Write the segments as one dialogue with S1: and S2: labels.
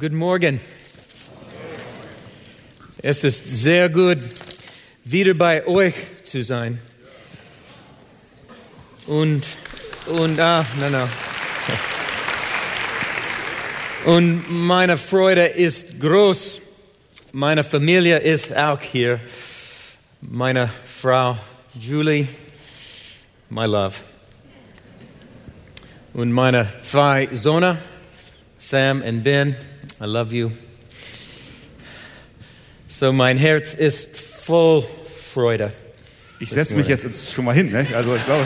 S1: Guten Morgen. Es ist sehr gut, wieder bei euch zu sein. Und, und, ah, na, na. Und meine Freude ist groß. Meine Familie ist auch hier. Meine Frau Julie, my love. Und meine zwei Söhne, Sam und Ben, I love you. So mein Herz ist voll Freude.
S2: Ich setze mich jetzt ins- schon mal hin, ne? Also ich glaube,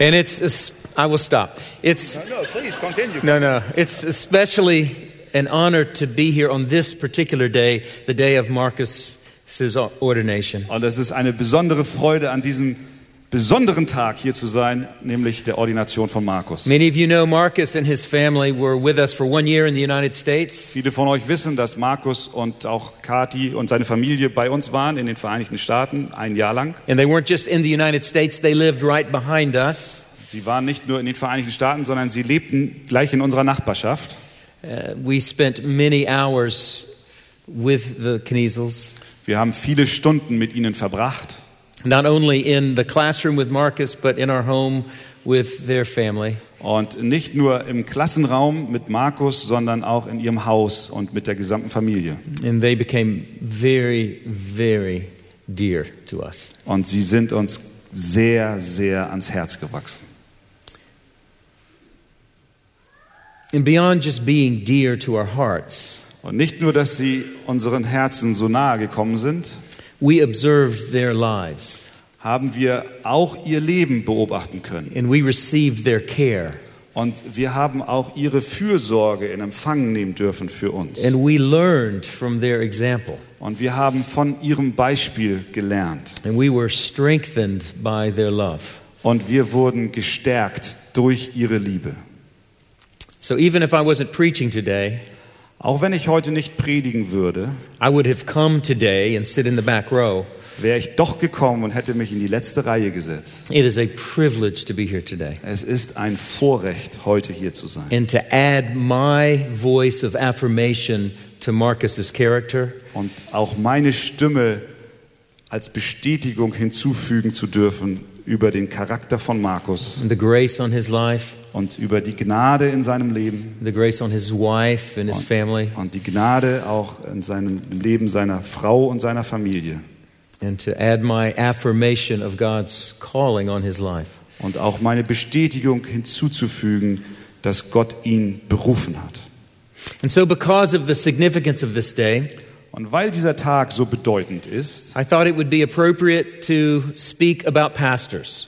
S1: And it's, it's I will stop. It's
S2: no, please continue.
S1: No, no. It's especially an honor to be here on this particular day, the day of Marcus's ordination.
S2: Und es ist eine besondere Freude, an diesem besonderen Tag hier zu sein, nämlich der Ordination von Markus.
S1: Many of you know Marcus and his family were with us for one year in the United States.
S2: Viele von euch wissen, dass Markus und auch Kati und seine Familie bei uns waren in den Vereinigten Staaten ein Jahr lang.
S1: And they weren't just in the United States, they lived right behind us.
S2: Sie waren nicht nur in den Vereinigten Staaten, sondern sie lebten gleich in unserer Nachbarschaft.
S1: Uh, we spent many hours with the Kniezels,
S2: Wir haben viele Stunden mit ihnen verbracht.
S1: not only in the classroom with Marcus, but in our home with their family.
S2: Und nicht nur im Klassenraum mit Markus, sondern auch in ihrem Haus und mit der gesamten Familie.
S1: And they became very, very dear to us.
S2: Und sie sind uns sehr, sehr ans Herz gewachsen.
S1: And beyond just being dear to our hearts,
S2: Und nicht nur, dass sie unseren Herzen so nahe gekommen sind,
S1: we observed their lives
S2: haben wir auch ihr Leben beobachten können.
S1: and we received their care.
S2: Und wir haben auch ihre Fürsorge in Empfang nehmen dürfen für uns.
S1: And we learned from their example.
S2: Und wir haben von ihrem Beispiel gelernt.
S1: And we were strengthened by their love.
S2: Und wir wurden gestärkt durch ihre Liebe.
S1: So even if I wasn't preaching today,
S2: Auch wenn ich heute nicht predigen würde,
S1: I would have come today and sit in the back row.
S2: wäre ich doch gekommen und hätte mich in die letzte Reihe gesetzt.
S1: It is a privilege to be here today
S2: Es ist ein Vorrecht, heute hier zu sein.
S1: and to add my voice of affirmation to Marcus's character
S2: und auch meine Stimme als Bestätigung hinzufügen zu dürfen über den Charakter von Markus
S1: and the grace on his life,
S2: und über die Gnade in seinem Leben
S1: the grace on his wife and his family.
S2: und die Gnade auch in seinem im Leben seiner Frau und seiner Familie
S1: and to add my affirmation of God's calling on his life.
S2: und auch meine Bestätigung hinzuzufügen, dass Gott ihn berufen hat.
S1: And so, because of the significance of this day,
S2: Und weil dieser Tag so bedeutend ist,
S1: I thought it would be appropriate to speak about pastors.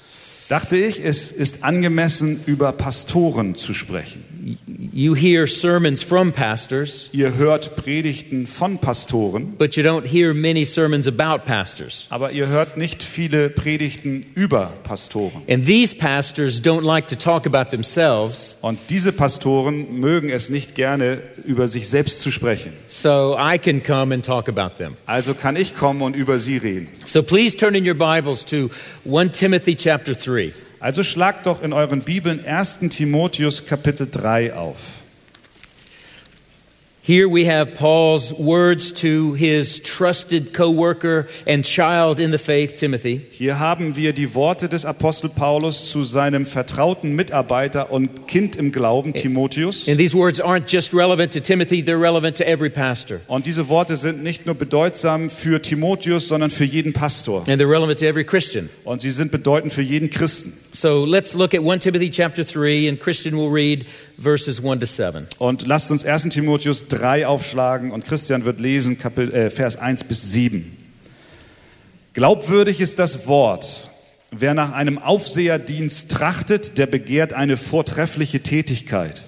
S2: dachte ich, es ist angemessen, über Pastoren zu sprechen.
S1: Y- You hear sermons from pastors,
S2: Ihr hört Predigten von Pastoren
S1: but you don't hear many sermons about pastors.
S2: Aber ihr hört nicht viele Predigten über Pastoren.
S1: And these pastors don't like to talk about themselves,
S2: Und diese Pastoren mögen es nicht gerne, über sich selbst zu sprechen.
S1: so I can come and talk about them.
S2: Also kann ich kommen und über sie reden.
S1: So please turn in your Bibles to 1 Timothy chapter 3.
S2: Also schlagt doch in euren Bibeln 1. Timotheus Kapitel 3 auf.
S1: Here we have Paul's words to his trusted co worker and child in the faith, Timothy.
S2: Hier haben wir die Worte des Apostel Paulus zu seinem vertrauten Mitarbeiter und Kind im Glauben, Timotheus.
S1: And these words aren't just relevant to Timothy, they're relevant to every pastor.
S2: Und diese Worte sind nicht nur bedeutsam für Timotheus, sondern für jeden Pastor.
S1: And they're relevant to every Christian.
S2: Und sie sind bedeutend für jeden Christen.
S1: So let's look at 1 Timothy chapter 3, and Christian will read verses 1 to 7.
S2: Und lasst uns 1. Timotheus 3 aufschlagen und Christian wird lesen, Kapitel, äh, Vers 1 bis 7. Glaubwürdig ist das Wort. Wer nach einem Aufseherdienst trachtet, der begehrt eine vortreffliche Tätigkeit.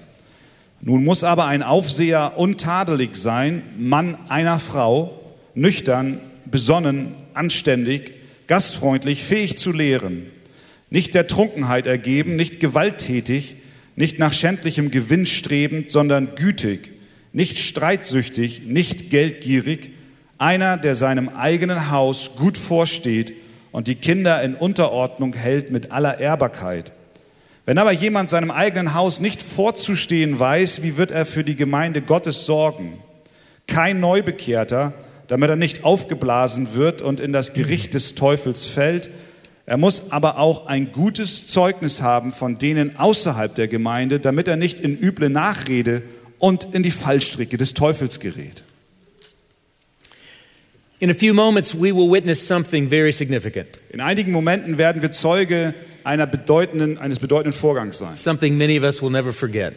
S2: Nun muss aber ein Aufseher untadelig sein, Mann einer Frau, nüchtern, besonnen, anständig, gastfreundlich, fähig zu lehren, nicht der Trunkenheit ergeben, nicht gewalttätig, nicht nach schändlichem Gewinn strebend, sondern gütig, nicht streitsüchtig, nicht geldgierig, einer, der seinem eigenen Haus gut vorsteht und die Kinder in Unterordnung hält mit aller Ehrbarkeit. Wenn aber jemand seinem eigenen Haus nicht vorzustehen weiß, wie wird er für die Gemeinde Gottes sorgen? Kein Neubekehrter, damit er nicht aufgeblasen wird und in das Gericht des Teufels fällt. Er muss aber auch ein gutes Zeugnis haben von denen außerhalb der Gemeinde, damit er nicht in üble Nachrede und in die Fallstricke des Teufels gerät.
S1: In a few moments, we will witness something very significant,
S2: In einigen Momenten werden wir Zeuge einer bedeutenden, eines bedeutenden Vorgangs sein.
S1: something many of us will never forget.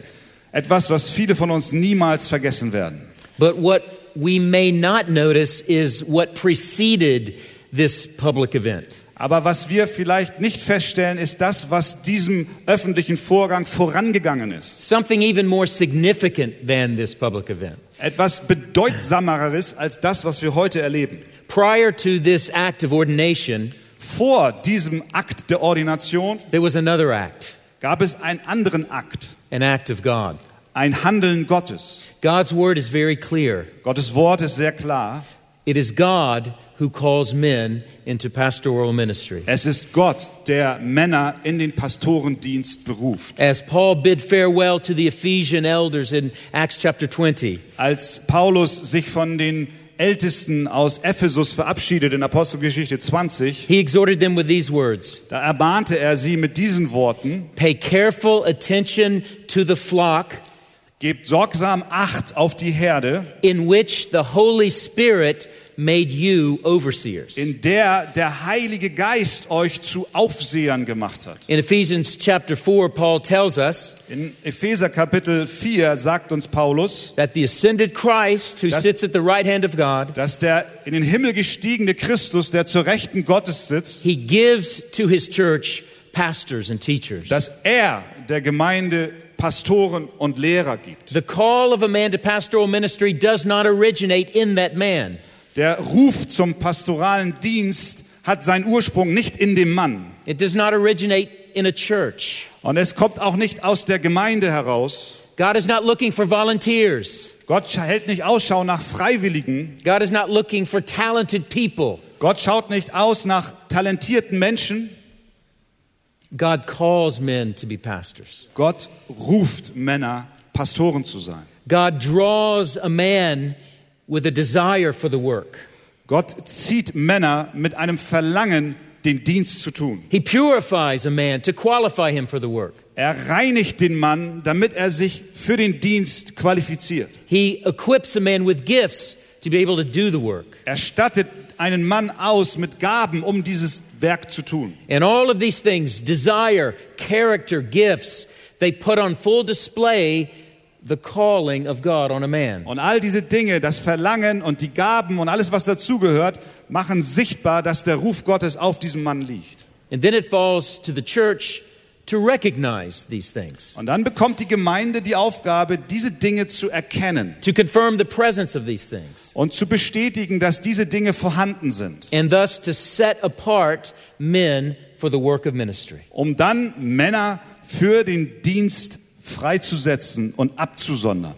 S2: Etwas, was viele von uns niemals vergessen werden.
S1: But what we may not notice is what preceded this public event.
S2: Aber was wir vielleicht nicht feststellen, ist das, was diesem öffentlichen Vorgang vorangegangen ist.
S1: Something even more significant than this public event.
S2: Etwas bedeutsameres als das, was wir heute erleben.
S1: Prior to this act of ordination,
S2: Vor diesem Akt der Ordination
S1: there was another act,
S2: gab es einen anderen Akt,
S1: an act of God.
S2: ein Handeln Gottes.
S1: God's word is very clear.
S2: Gottes Wort ist sehr klar.
S1: It is God who calls men into pastoral ministry.
S2: Es ist Gott, der Männer in den Pastorendienst beruft.
S1: As Paul bid farewell to the Ephesian elders in Acts chapter 20,
S2: Als Paulus sich von den Ältesten aus Ephesus verabschiedet in Apostelgeschichte 20,
S1: he exhorted them with these words
S2: da ermahnte er sie mit diesen Worten,
S1: Pay careful attention to the flock
S2: gebt sorgsam Acht auf die Herde,
S1: in which the Holy Spirit made you overseers.
S2: in der der Heilige Geist euch zu Aufsehern gemacht hat.
S1: In Ephesians chapter 4, Paul tells us
S2: In Epheser Kapitel 4 sagt uns Paulus,
S1: that the ascended Christ, who
S2: That's-
S1: sits at the right hand of God,
S2: dass der in den Himmel gestiegene Christus, der zur Rechten Gottes sitzt,
S1: he gives to his church pastors and teachers.
S2: dass er der Gemeinde Pastoren und Lehrer gibt.
S1: The call of a man to pastoral ministry does not originate in that man.
S2: Der Ruf zum pastoralen Dienst hat seinen Ursprung nicht in dem Mann.
S1: It does not originate in a church.
S2: Und es kommt auch nicht aus der Gemeinde heraus.
S1: God is not looking for volunteers.
S2: Gott scha- hält nicht Ausschau nach Freiwilligen.
S1: God is not looking for talented people.
S2: Gott schaut nicht aus nach talentierten Menschen.
S1: God calls men to be pastors.
S2: Gott ruft Männer, Pastoren zu sein.
S1: God draws a man with a desire for the work.
S2: Gott zieht Männer mit einem Verlangen, den Dienst zu tun.
S1: He purifies a man to qualify him for the work.
S2: Er reinigt den Mann, damit er sich für den Dienst qualifiziert.
S1: He equips a man with gifts to be able to do the work.
S2: Er stattet einen Mann aus mit Gaben, um dieses Werk zu tun.
S1: And all of these things desire, character, gifts they put on full display the calling of God on a man.
S2: Und all diese Dinge, das Verlangen und die Gaben und alles, was dazugehört, machen sichtbar, dass der Ruf Gottes auf diesem Mann liegt.
S1: And then it falls to the church to recognize these things,
S2: Und dann bekommt die Gemeinde die Aufgabe, diese Dinge zu erkennen
S1: to confirm the presence of these things,
S2: und zu bestätigen, dass diese Dinge vorhanden sind,
S1: and thus to set apart men for the work of ministry.
S2: um dann Männer für den Dienst freizusetzen und abzusondern.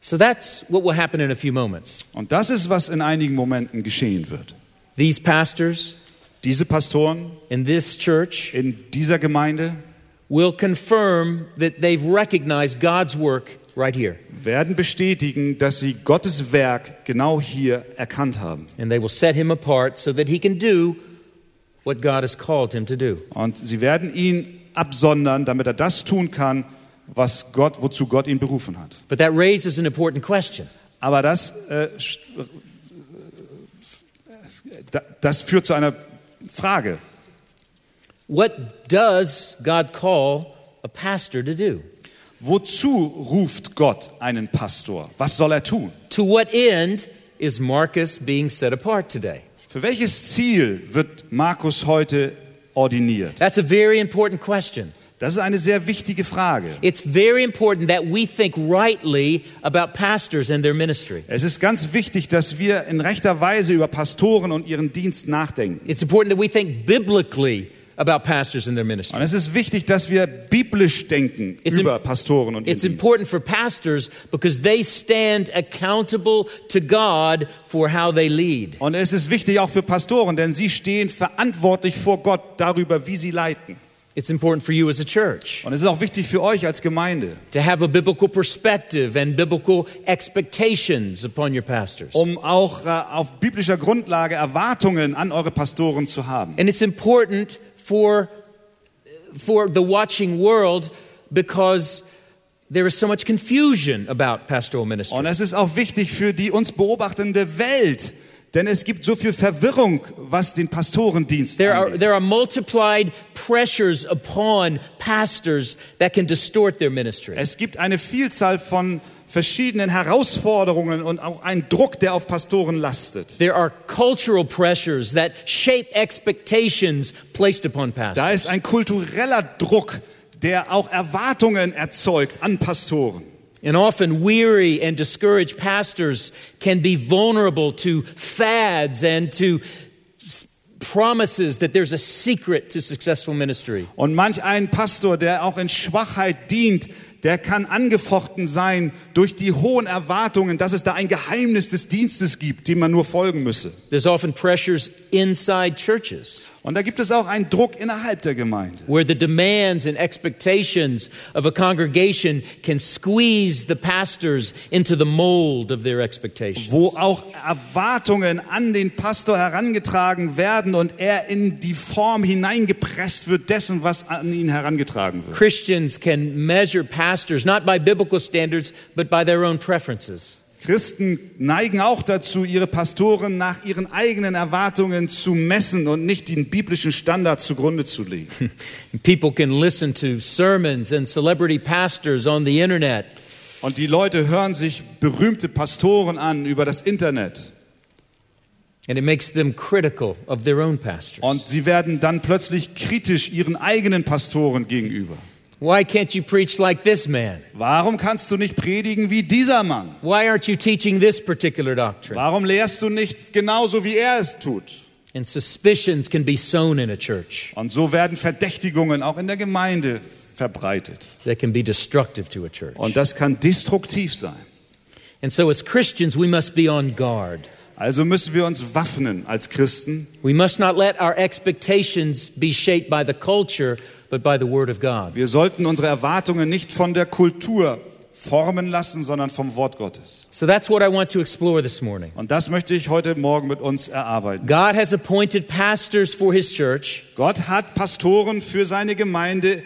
S1: So that's what will happen in a few moments.
S2: Und das ist, was in einigen Momenten geschehen wird.
S1: These pastors
S2: Diese Pastoren
S1: in this church
S2: in dieser Gemeinde
S1: will confirm that they've recognized God's work right here.
S2: werden bestätigen, dass sie Gottes Werk genau hier erkannt haben.
S1: And they will set him apart so that he can do what God has called him to do.
S2: Und sie werden ihn absondern, damit er das tun kann, was Gott, wozu Gott ihn berufen hat.
S1: But that raises an important question.
S2: Aber das, äh, st- äh, da- das führt zu einer Frage.
S1: What does God call a pastor to do?
S2: Wozu ruft Gott einen Pastor? Was soll er tun?
S1: To what end is Marcus being set apart today?
S2: Für welches Ziel wird Markus heute ordiniert?
S1: That's a very important question.
S2: Das ist eine sehr wichtige Frage.
S1: It's very important that we think rightly about pastors and their ministry.
S2: Es ist ganz wichtig, dass wir in rechter Weise über Pastoren und ihren Dienst nachdenken.
S1: It's important that we think biblically about pastors and their ministry.
S2: Und es ist wichtig, dass wir biblisch denken
S1: It's im-
S2: über Pastoren und
S1: It's
S2: ihren Dienst.
S1: important for pastors because they stand accountable to God for how they lead.
S2: Und es ist wichtig auch für Pastoren, denn sie stehen verantwortlich vor Gott darüber, wie sie leiten.
S1: It's important for you as a church
S2: Und es ist auch wichtig für euch als Gemeinde,
S1: to have a biblical perspective and biblical expectations upon your pastors.
S2: um auch äh, auf biblischer Grundlage Erwartungen an eure Pastoren zu haben.
S1: And it's important for, for the watching world because there is so much confusion about pastoral ministry.
S2: Und es ist auch wichtig für die uns beobachtende Welt, denn es gibt so viel Verwirrung, was den Pastorendienst
S1: There are,
S2: angeht.
S1: there are multiplied pressures upon pastors that can distort their ministry.
S2: Es gibt eine Vielzahl von verschiedenen Herausforderungen und auch einen Druck, der auf Pastoren lastet.
S1: There are cultural pressures that shape expectations placed upon
S2: Da
S1: pastors.
S2: ist ein kultureller Druck, der auch Erwartungen erzeugt an Pastoren.
S1: And often, weary and discouraged pastors can be vulnerable to fads and to s- promises that there's a secret to successful ministry.
S2: Und manch ein Pastor, der auch in Schwachheit dient, der kann angefochten sein durch die hohen Erwartungen, dass es da ein Geheimnis des Dienstes gibt, dem man nur folgen müsse.
S1: There's often pressures inside churches
S2: Und da gibt es auch einen Druck innerhalb der Gemeinde,
S1: where the demands and expectations of a congregation can squeeze the pastors into the mold of their expectations.
S2: wo auch Erwartungen an den Pastor herangetragen werden und er in die Form hineingepresst wird dessen, was an ihn herangetragen wird.
S1: Christians can measure pastors not by biblical standards, but by their own preferences.
S2: Christen neigen auch dazu, ihre Pastoren nach ihren eigenen Erwartungen zu messen und nicht den biblischen Standard zugrunde zu legen.
S1: People can listen to sermons and celebrity pastors on the internet,
S2: Und die Leute hören sich berühmte Pastoren an über das Internet.
S1: and it makes them critical of their own pastors.
S2: Und sie werden dann plötzlich kritisch ihren eigenen Pastoren gegenüber.
S1: Why can't you preach like this man?
S2: Warum kannst du nicht predigen wie dieser Mann?
S1: Why aren't you teaching this particular doctrine?
S2: Warum lehrst du nicht genauso, wie er es tut?
S1: And suspicions can be sown in a church
S2: Und so werden Verdächtigungen auch in der Gemeinde verbreitet.
S1: that can be destructive to a church.
S2: Und das kann destruktiv sein.
S1: And so, as Christians, we must be on guard.
S2: Also müssen wir uns waffnen als Christen.
S1: We must not let our expectations be shaped by the culture, but by the Word of God.
S2: Wir sollten unsere Erwartungen nicht von der Kultur formen lassen, sondern vom Wort Gottes.
S1: So, that's what I want to explore this morning.
S2: Und das möchte ich heute Morgen mit uns erarbeiten.
S1: God has appointed pastors for His church.
S2: Gott hat Pastoren für seine Gemeinde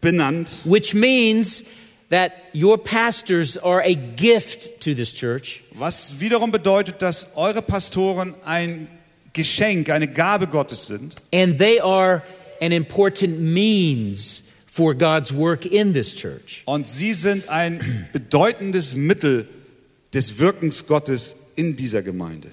S2: benannt.
S1: which means that your pastors are a gift to this church.
S2: Was wiederum bedeutet, dass eure Pastoren ein Geschenk, eine Gabe Gottes sind.
S1: And they are an important means for God's work in this church.
S2: Und sie sind ein bedeutendes Mittel des Wirkens Gottes in dieser Gemeinde.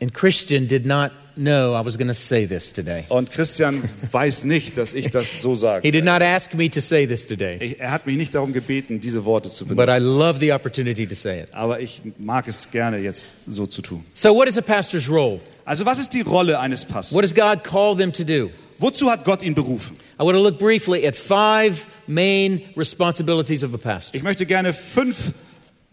S1: And Christian did not know I was going to say this today.
S2: Und Christian weiß nicht, dass ich das so
S1: He
S2: sage.
S1: did not ask me to say this today,
S2: Ich- Er hat mich nicht darum gebeten, diese Worte zu
S1: but I
S2: benutzen.
S1: love the opportunity to say it.
S2: Aber ich mag es gerne, jetzt so zu tun.
S1: So, what is a pastor's role?
S2: Also was ist die Rolle eines
S1: What
S2: Pastors?
S1: does God call them to do?
S2: Wozu hat Gott ihn berufen?
S1: I want to look briefly at five main responsibilities of a pastor.
S2: Ich möchte gerne fünf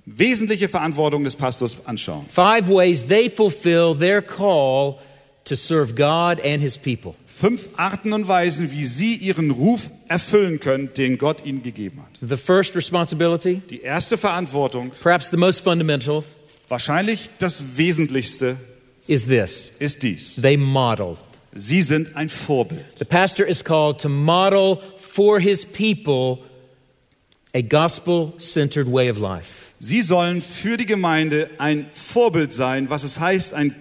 S2: wesentliche Verantwortungen des Pastors anschauen.
S1: Five ways they fulfill their call to serve God and his people.
S2: Fünf Arten und Weisen, wie Sie Ihren Ruf erfüllen können, den Gott Ihnen gegeben hat.
S1: The first responsibility,
S2: Die erste Verantwortung,
S1: perhaps the most fundamental,
S2: wahrscheinlich das Wesentlichste,
S1: is this
S2: ist dies.
S1: they model.
S2: Sie sind ein Vorbild.
S1: The pastor is called to model for his people a gospel centered way of life.
S2: Sie sollen für die Gemeinde ein Vorbild sein, was es heißt, ein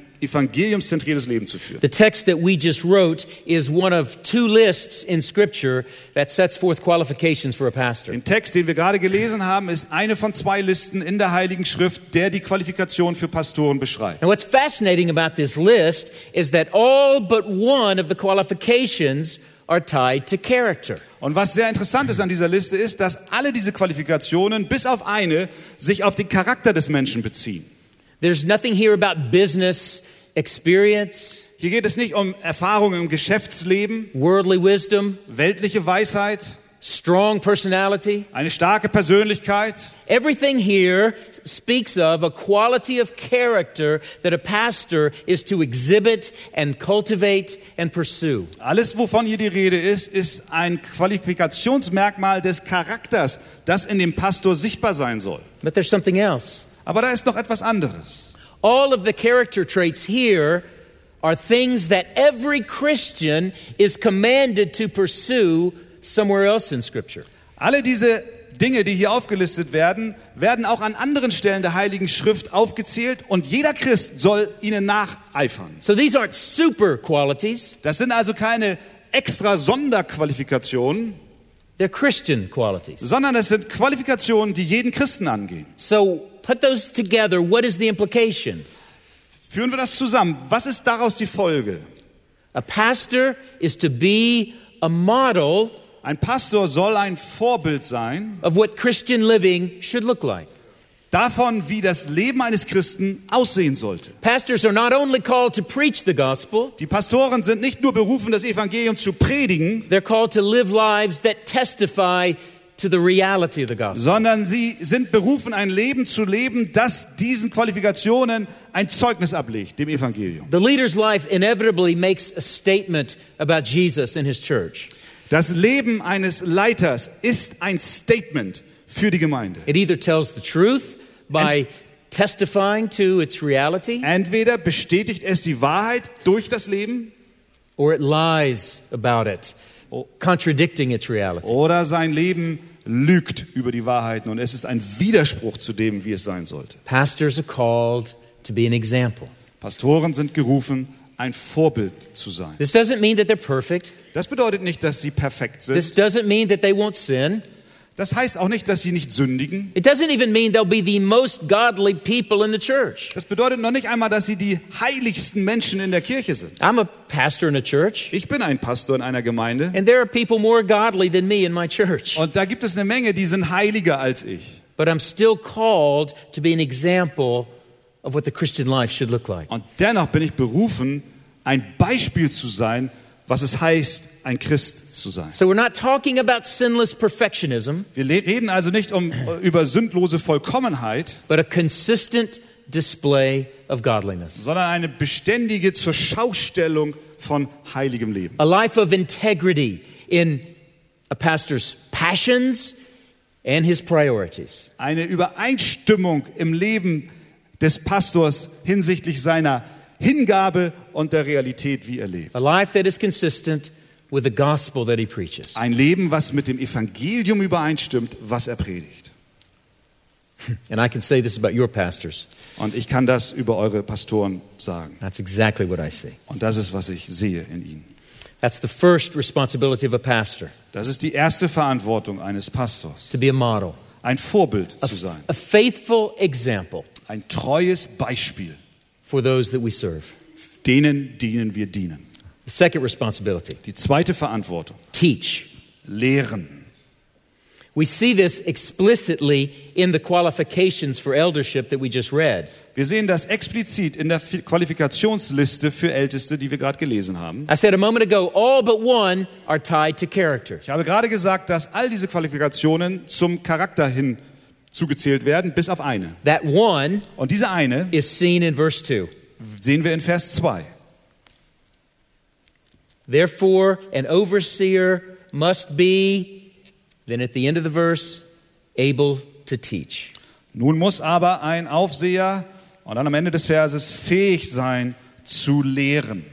S2: evangeliumszentriertes Leben zu führen.
S1: The text that we just wrote is one of two lists in Scripture that sets forth qualifications for a pastor.
S2: Den Text, den wir gerade gelesen haben, ist eine von zwei Listen in der Heiligen Schrift, der die Qualifikation für Pastoren beschreibt.
S1: And what's fascinating about this list is that all but one of the qualifications are tied to character.
S2: Und was sehr interessant ist an dieser Liste ist, dass alle diese Qualifikationen, bis auf eine, sich auf den Charakter des Menschen beziehen.
S1: There's nothing here about business experience.
S2: Hier geht es nicht um Erfahrungen im Geschäftsleben,
S1: worldly wisdom,
S2: weltliche Weisheit,
S1: strong personality.
S2: Eine starke Persönlichkeit.
S1: Everything here speaks of a quality of character that a pastor is to exhibit and cultivate and pursue.
S2: Alles, wovon hier die Rede ist, ist ein Qualifikationsmerkmal des Charakters, das in dem Pastor sichtbar sein soll.
S1: But there's something else.
S2: Aber da ist noch etwas anderes.
S1: All of the character traits here are things that every Christian is commanded to pursue somewhere else in Scripture.
S2: Alle diese Dinge, die hier aufgelistet werden, werden auch an anderen Stellen der Heiligen Schrift aufgezählt und jeder Christ soll ihnen nacheifern.
S1: So these aren't super qualities,
S2: Das sind also keine extra Sonderqualifikationen,
S1: they're Christian qualities.
S2: sondern es sind Qualifikationen, die jeden Christen angehen.
S1: So put those together. What is the implication?
S2: Führen wir das zusammen. Was ist daraus die Folge?
S1: A pastor is to be a model
S2: Ein Pastor soll ein Vorbild sein
S1: of what Christian living should look like.
S2: davon, wie das Leben eines Christen aussehen sollte.
S1: Pastors are not only called to preach the gospel,
S2: Die Pastoren sind nicht nur berufen, das Evangelium zu predigen,
S1: they're called to live lives that testify to the reality of the gospel.
S2: sondern sie sind berufen, ein Leben zu leben, das diesen Qualifikationen ein Zeugnis ablegt, dem Evangelium.
S1: The leader's life inevitably makes a statement about Jesus and his church.
S2: Das Leben eines Leiters ist ein Statement für die Gemeinde.
S1: It either tells the truth by testifying to its reality,
S2: Entweder bestätigt es die Wahrheit durch das Leben
S1: or it lies about it, contradicting its reality.
S2: oder sein Leben lügt über die Wahrheiten und es ist ein Widerspruch zu dem, wie es sein sollte.
S1: Pastors are called to be an example.
S2: Pastoren sind gerufen, ein Vorbild zu sein.
S1: This doesn't mean that they're perfect.
S2: Das bedeutet nicht, dass sie perfekt
S1: This
S2: sind.
S1: doesn't mean that they won't sin.
S2: Das heißt auch nicht, dass sie nicht sündigen.
S1: It doesn't even mean they'll be the most godly people in the church.
S2: Das bedeutet noch nicht einmal, dass sie die heiligsten Menschen in der Kirche sind.
S1: I'm a pastor in a church,
S2: Ich bin ein Pastor in einer Gemeinde
S1: and there are people more godly than me in my church.
S2: und da gibt es eine Menge, die sind heiliger als ich.
S1: But I'm still called to be an example of what the Christian life should look like.
S2: Und dennoch bin ich berufen, ein Beispiel zu sein, was es heißt, ein Christ zu sein.
S1: So we're not talking about sinless perfectionism,
S2: Wir le- reden also nicht um, über sündlose Vollkommenheit,
S1: but a consistent display of godliness,
S2: sondern eine beständige Zurschaustellung von heiligem Leben.
S1: a life of integrity in a pastor's passions and his priorities.
S2: Eine Übereinstimmung im Leben des Pastors hinsichtlich seiner Hingabe und der Realität, wie er lebt.
S1: A life that is consistent with the gospel that he preaches.
S2: Ein Leben, was mit dem Evangelium übereinstimmt, was er predigt.
S1: And I can say this about your pastors.
S2: Und ich kann das über eure Pastoren sagen.
S1: That's exactly what I see.
S2: Und das ist, was ich sehe in ihnen.
S1: That's the first responsibility of a pastor
S2: Das ist die erste Verantwortung eines Pastors.
S1: to be a model,
S2: Ein Vorbild zu sein.
S1: a faithful example
S2: Ein treues Beispiel.
S1: for those that we serve.
S2: Denen, denen wir dienen.
S1: The second responsibility
S2: Die zweite Verantwortung.
S1: teach.
S2: Lehren.
S1: We see this explicitly in the qualifications for eldership that we just read.
S2: Wir sehen das explizit in der Qualifikationsliste für Älteste, die wir gerade gelesen haben.
S1: I said a moment ago, all but one are tied to character.
S2: Ich habe gerade gesagt, dass all diese Qualifikationen zum Charakter hin zugezählt werden, bis auf eine.
S1: That one
S2: Und diese eine
S1: is seen in verse 2.
S2: sehen wir in Vers 2.
S1: Therefore, an overseer must be, then at the end of the verse, able to teach.
S2: Nun muss aber ein Aufseher und dann am Ende des Verses fähig sein zu lehren.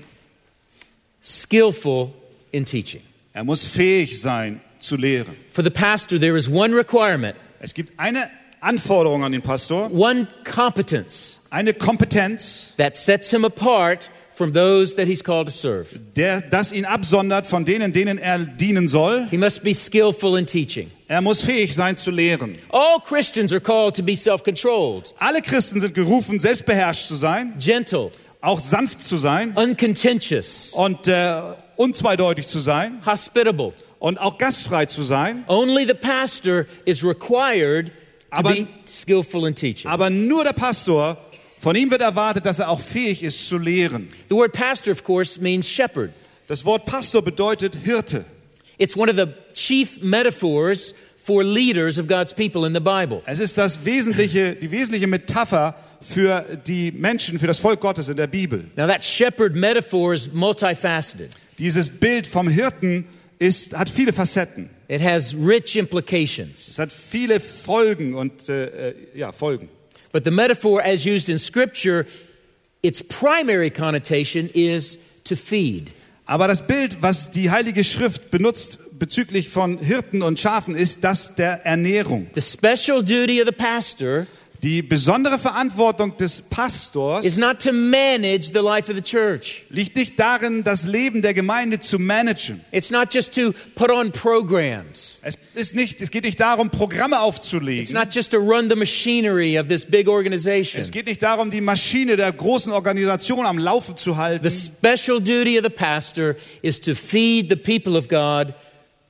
S1: Skillful in teaching.
S2: Er muss fähig sein zu lehren.
S1: For the pastor, there is one requirement,
S2: Es gibt eine Anforderung an den Pastor,
S1: one competence
S2: eine Kompetenz,
S1: that sets him apart from those that he's called to serve.
S2: der, das ihn absondert von denen, denen er dienen soll.
S1: He must be skillful in teaching.
S2: Er muss fähig sein zu lehren.
S1: All Christians are called to be self controlled,
S2: Alle Christen sind gerufen, selbstbeherrscht zu sein,
S1: gentle,
S2: auch sanft zu sein
S1: uncontentious,
S2: und äh, unzweideutig zu sein
S1: hospitable.
S2: und auch gastfrei zu sein.
S1: Only the pastor is required to
S2: Aber-
S1: be skillful in teaching.
S2: Aber nur der Pastor, von ihm wird erwartet, dass er auch fähig ist zu lehren.
S1: The word pastor, of course, means shepherd.
S2: Das Wort Pastor bedeutet Hirte.
S1: It's one of the chief metaphors for leaders of God's people in the Bible.
S2: Es ist das wesentliche, die wesentliche Metapher für die Menschen, für das Volk Gottes in der Bibel.
S1: Now, that shepherd metaphor is multifaceted,
S2: Dieses Bild vom Hirten ist, hat viele Facetten.
S1: it has rich implications.
S2: Es hat viele Folgen und äh, äh, ja, Folgen.
S1: But the metaphor, as used in Scripture, its primary connotation is to feed.
S2: Aber das Bild, was die Heilige Schrift benutzt bezüglich von Hirten und Schafen, ist das der Ernährung.
S1: The special duty of the pastor
S2: Die besondere Verantwortung des Pastors
S1: is not to manage the life of the church.
S2: liegt nicht darin, das Leben der Gemeinde zu managen.
S1: It's not just to put on programs.
S2: Es, ist nicht, es geht nicht darum, Programme
S1: It's
S2: aufzulegen.
S1: not just to run the machinery of this big organization.
S2: Es geht nicht darum, die Maschine der großen Organisation am Laufen zu halten.
S1: The special duty of the pastor is to feed the people of God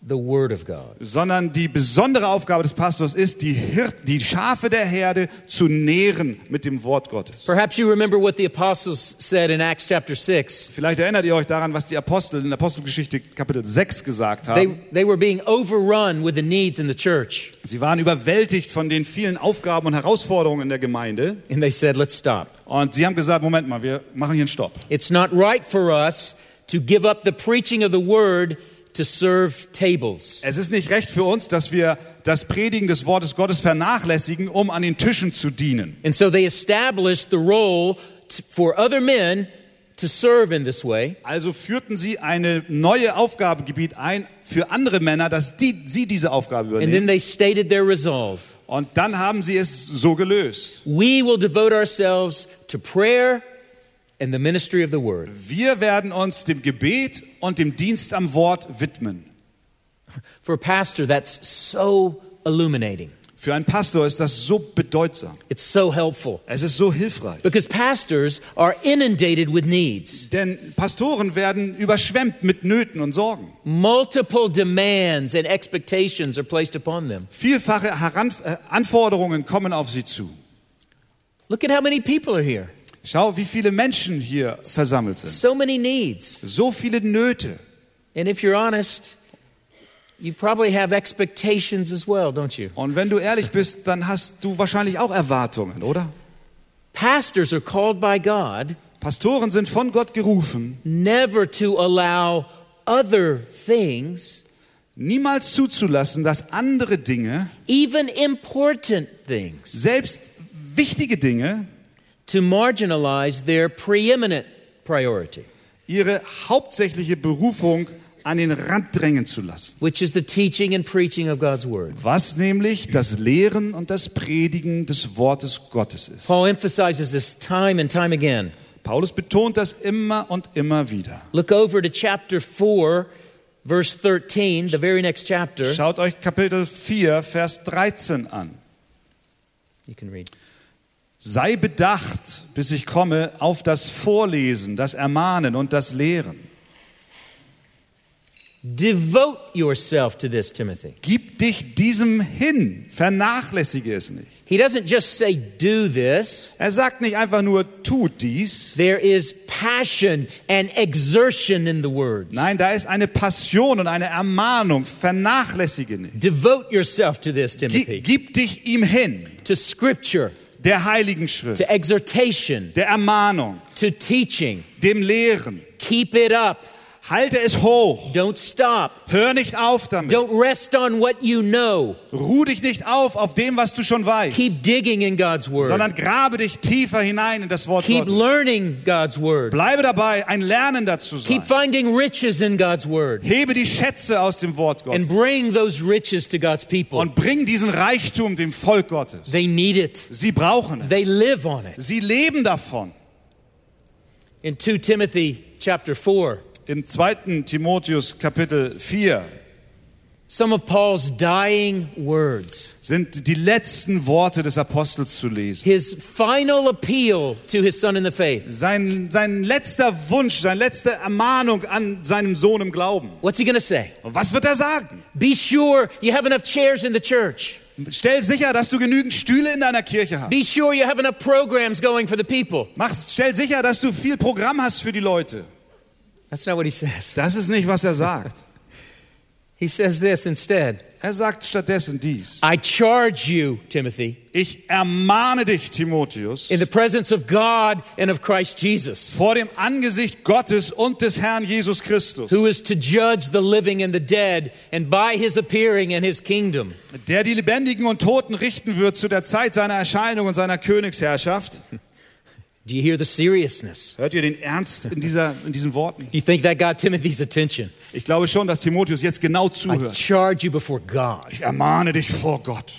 S1: the Word of God.
S2: sondern die besondere Aufgabe des Pastors ist, die, Hirt, die Schafe der Herde zu nähren mit dem Wort Gottes.
S1: Perhaps you remember what the apostles said in Acts chapter 6.
S2: Vielleicht erinnert ihr euch daran, was die Apostel in Apostelgeschichte Kapitel 6 gesagt
S1: They,
S2: haben.
S1: they were being overrun with the needs in the church.
S2: Sie waren überwältigt von den vielen Aufgaben und Herausforderungen in der Gemeinde.
S1: And they said, let's stop.
S2: Und sie haben gesagt, Moment mal, wir machen hier einen Stopp.
S1: It's not right for us to give up the preaching of the Word to serve tables.
S2: Es ist nicht recht für uns, dass wir das Predigen des Wortes Gottes vernachlässigen, um an den Tischen zu dienen.
S1: And so they established the role t- for other men to serve in this way.
S2: Also führten sie eine neue Aufgabengebiet ein für andere Männer, dass die, sie diese Aufgabe
S1: And
S2: übernehmen.
S1: then they stated their resolve.
S2: Und dann haben sie es so gelöst.
S1: We will devote ourselves to prayer and the ministry of the word.
S2: Wir werden uns dem Gebet und dem Dienst am Wort widmen.
S1: For a pastor, that's so illuminating.
S2: Für einen Pastor ist das so bedeutsam.
S1: It's so helpful
S2: Es ist so hilfreich.
S1: because pastors are inundated with needs,
S2: Denn Pastoren werden überschwemmt mit Nöten und Sorgen.
S1: multiple demands and expectations are placed upon them.
S2: Vielfache Heran äh, Anforderungen kommen auf sie zu.
S1: Look at how many people are here.
S2: Schau, wie viele Menschen hier versammelt sind.
S1: So many needs.
S2: So viele Nöte.
S1: And if you're honest, you probably have expectations as well, don't you?
S2: Und wenn du ehrlich bist, dann hast du wahrscheinlich auch Erwartungen, oder?
S1: Pastors are called by God
S2: Pastoren sind von Gott gerufen,
S1: never to allow other things
S2: niemals zuzulassen, dass andere Dinge
S1: even important things,
S2: selbst wichtige Dinge
S1: to marginalize their preeminent priority,
S2: ihre hauptsächliche Berufung an den Rand drängen zu lassen.
S1: which is the teaching and preaching of God's Word.
S2: Was nämlich das Lehren und das Predigen des Wortes Gottes ist.
S1: Paul emphasizes this time and time again.
S2: Paulus betont das immer und immer wieder.
S1: Look over to chapter 4, verse 13, the very next chapter.
S2: Schaut euch Kapitel 4, Vers 13 an.
S1: You can read.
S2: Sei bedacht, bis ich komme, auf das Vorlesen, das Ermahnen und das Lehren.
S1: Devote yourself to this, Timothy.
S2: Gib dich diesem hin, vernachlässige es nicht.
S1: He doesn't just say, do this.
S2: Er sagt nicht einfach nur, tut dies.
S1: There is passion and exertion in the words.
S2: Nein, da ist eine Passion und eine Ermahnung. Vernachlässige nicht.
S1: Devote yourself to this,
S2: Gi-
S1: Timothy,
S2: Gib dich ihm hin,
S1: to scripture,
S2: der Heiligen Schrift,
S1: to exhortation,
S2: der Ermahnung,
S1: to teaching.
S2: dem Lehren.
S1: Keep it up.
S2: Halte es hoch.
S1: Don't stop.
S2: Hör nicht auf damit.
S1: Don't rest on what you know.
S2: Ruh dich nicht auf auf dem, was du schon weißt,
S1: Keep digging in God's Word.
S2: sondern grabe dich tiefer hinein in das Wort
S1: Keep
S2: Gottes.
S1: learning God's Word.
S2: Bleibe dabei, ein Lernender zu
S1: Keep
S2: sein.
S1: finding riches in God's Word.
S2: Hebe die Schätze aus dem Wort
S1: And
S2: Gottes
S1: bring those riches to God's people.
S2: und bring diesen Reichtum dem Volk Gottes.
S1: They need it,
S2: Sie brauchen es.
S1: they live on it.
S2: Sie leben davon.
S1: In 2 Timothy chapter 4,
S2: Im 2. Timotheus Kapitel 4
S1: some of Paul's dying words,
S2: sind die letzten Worte des Apostels zu lesen.
S1: his final appeal to his son in the faith.
S2: Sein, sein letzter Wunsch, seine letzte Ermahnung an seinem Sohn im Glauben.
S1: What's he going to say?
S2: Und was wird er sagen?
S1: Be sure you have enough chairs in the church.
S2: Stell sicher, dass du genügend Stühle in deiner Kirche hast.
S1: Be sure you have enough programs going for the people.
S2: Mach, stell sicher, dass du viel Programm hast für die Leute.
S1: That's not what he says.
S2: Das ist nicht, was er sagt.
S1: He says this instead
S2: Er sagt stattdessen dies.
S1: I charge you, Timothy,
S2: Ich ermahne dich, Timotheus,
S1: in the presence of God and of Christ Jesus,
S2: vor dem Angesicht Gottes und des Herrn Jesus Christus,
S1: who is to judge the living and the dead, and by his appearing and his kingdom.
S2: der die Lebendigen und Toten richten wird zu der Zeit seiner Erscheinung und seiner Königsherrschaft.
S1: Do you hear the seriousness?
S2: Hört ihr den Ernst in, dieser, in diesen Worten?
S1: You think that got Timothy's attention?
S2: Ich glaube schon, dass Timotheus jetzt genau
S1: I
S2: zuhört.
S1: charge you before God.
S2: Ich ermahne dich vor Gott.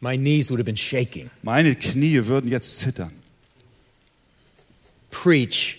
S1: My knees would have been shaking.
S2: Meine Knie würden jetzt zittern.
S1: Preach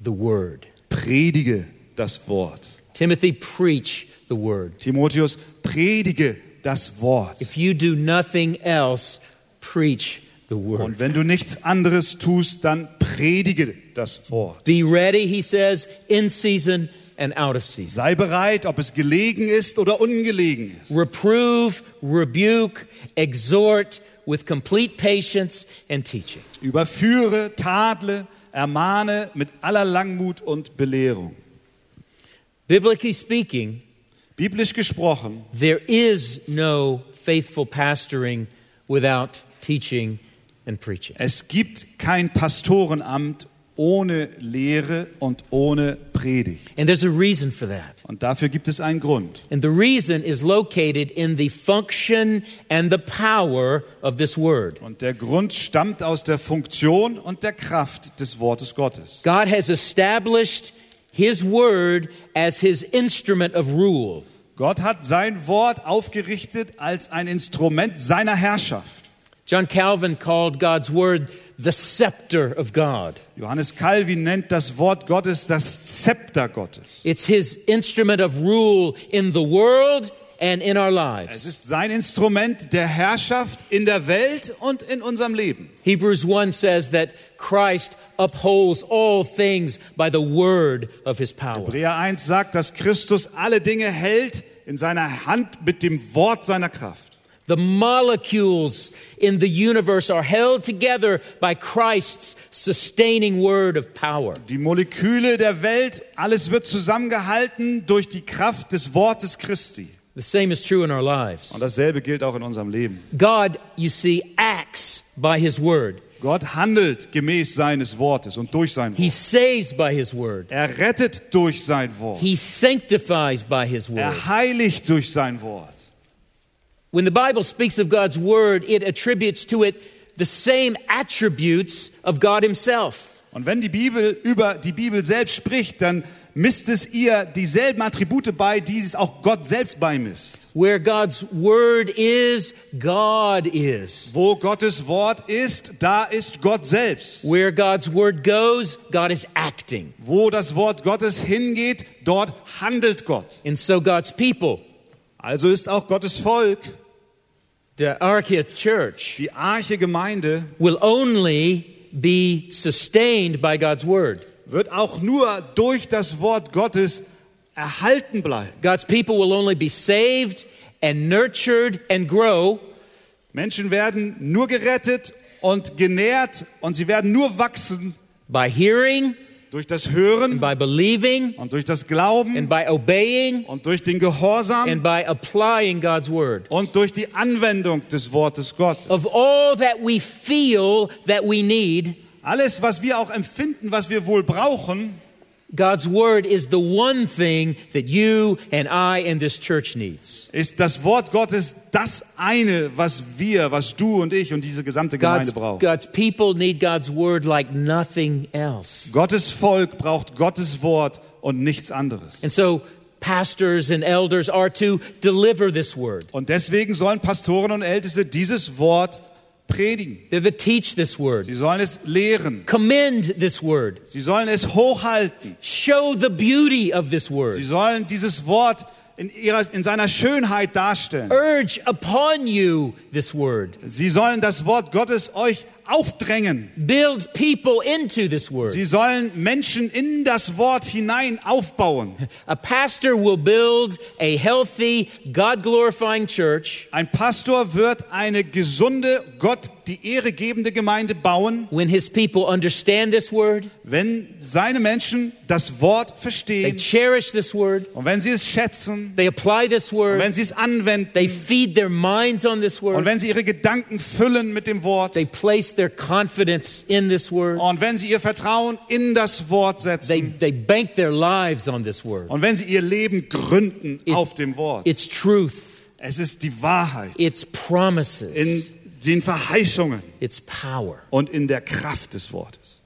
S1: the word.
S2: Predige das Wort.
S1: Timothy, preach the word.
S2: Timotheus, predige das Wort.
S1: If you do nothing else, preach the word.
S2: Und wenn du nichts anderes tust, dann predige das Wort.
S1: Be ready, he says, in season and out of season.
S2: Sei bereit, ob es gelegen ist oder ungelegen ist.
S1: Reprove, rebuke, exhort with complete patience and teaching.
S2: Überführe, tadle, ermahne mit aller Langmut und Belehrung.
S1: Biblically speaking,
S2: Biblisch gesprochen
S1: there is no faithful pastoring without teaching and preaching.
S2: Es gibt kein Pastorenamt ohne Lehre und ohne Predigt.
S1: And there's a reason for that.
S2: Und dafür gibt es einen Grund.
S1: And the reason is located in the function and the power of this word.
S2: Und der Grund stammt aus der Funktion und der Kraft des Wortes Gottes.
S1: God has established His word as His instrument of rule.
S2: Gott hat sein Wort aufgerichtet als ein Instrument seiner Herrschaft.
S1: John Calvin called God's word the scepter of God.
S2: Johannes Calvin nennt das Wort Gottes das Zepter Gottes.
S1: It's His instrument of rule in the world and in our
S2: Es
S1: lives.
S2: ist sein Instrument der Herrschaft in der Welt und in unserem Leben.
S1: Hebrews 1 says that Christ upholds all things by the word of His power.
S2: Hebräer 1 sagt, dass Christus alle Dinge hält in seiner Hand mit dem Wort seiner Kraft.
S1: The molecules in the universe are held together by Christ's sustaining word of power.
S2: Die Moleküle der Welt, alles wird zusammengehalten durch die Kraft des Wortes Christi.
S1: The same is true in our lives.
S2: Und dasselbe gilt auch in unserem Leben.
S1: God, you see, acts by his word.
S2: Gott handelt gemäß seines Wortes und durch sein
S1: He
S2: Wort.
S1: saves by his word.
S2: Er rettet durch sein Wort.
S1: He sanctifies by his word.
S2: Er heiligt durch sein Wort.
S1: When the Bible speaks of God's word, it attributes to it the same attributes of God himself.
S2: Und wenn die Bibel über die Bibel selbst spricht, dann misst es ihr dieselben Attribute bei, die es auch Gott selbst beimisst.
S1: Where God's word is, God is.
S2: Wo Gottes Wort ist, da ist Gott selbst.
S1: Where God's word goes, God is acting.
S2: Wo das Wort Gottes hingeht, dort handelt Gott.
S1: And so God's people,
S2: Also ist auch Gottes Volk,
S1: the Archaea church,
S2: die Arche Gemeinde,
S1: will only be sustained by God's word.
S2: wird auch nur durch das Wort Gottes erhalten bleiben.
S1: God's people will only be saved and nurtured and grow
S2: Menschen werden nur gerettet und genährt und sie werden nur wachsen
S1: by hearing,
S2: durch das Hören
S1: by believing,
S2: und durch das Glauben
S1: and by obeying,
S2: und durch den Gehorsam
S1: and by applying God's word.
S2: und durch die Anwendung des Wortes Gottes.
S1: Of all that we feel that we need,
S2: Alles, was wir auch empfinden, was wir wohl brauchen,
S1: God's word is the one thing that you and I and this church needs.
S2: ist das Wort Gottes das eine, was wir, was du und ich und diese gesamte
S1: God's,
S2: Gemeinde brauchen.
S1: God's people need God's word like nothing else.
S2: Gottes Volk braucht Gottes Wort und nichts anderes.
S1: And so pastors and elders are to deliver this word.
S2: Und deswegen sollen Pastoren und Älteste dieses Wort predigen.
S1: They're to teach this word.
S2: Sie sollen es lehren.
S1: Commend this word.
S2: Sie sollen es hochhalten.
S1: Show the beauty of this
S2: Sie
S1: word.
S2: sollen dieses Wort in, ihrer, in seiner Schönheit darstellen.
S1: Urge upon you this word.
S2: Sie sollen das Wort Gottes euch aufdrängen.
S1: Build people into this word.
S2: Sie sollen Menschen in das Wort hinein aufbauen.
S1: A pastor will build a healthy, God glorifying church
S2: Ein Pastor wird eine gesunde, Gott die Ehre gebende Gemeinde bauen,
S1: when his people understand this word,
S2: wenn seine Menschen das Wort
S1: they
S2: verstehen
S1: cherish this word,
S2: und wenn sie es schätzen,
S1: they apply this
S2: und
S1: word,
S2: wenn sie es anwenden
S1: they feed their minds on this
S2: und
S1: word,
S2: wenn sie ihre Gedanken füllen mit dem Wort
S1: they place their confidence in this word,
S2: und wenn sie ihr Vertrauen in das Wort
S1: they,
S2: setzen
S1: they bank their lives on this word.
S2: und wenn sie ihr Leben gründen
S1: It-
S2: auf dem Wort.
S1: It's truth,
S2: Es ist die Wahrheit
S1: it's promises,
S2: in den Verheißungen
S1: it's power.
S2: und in der Kraft des Wortes.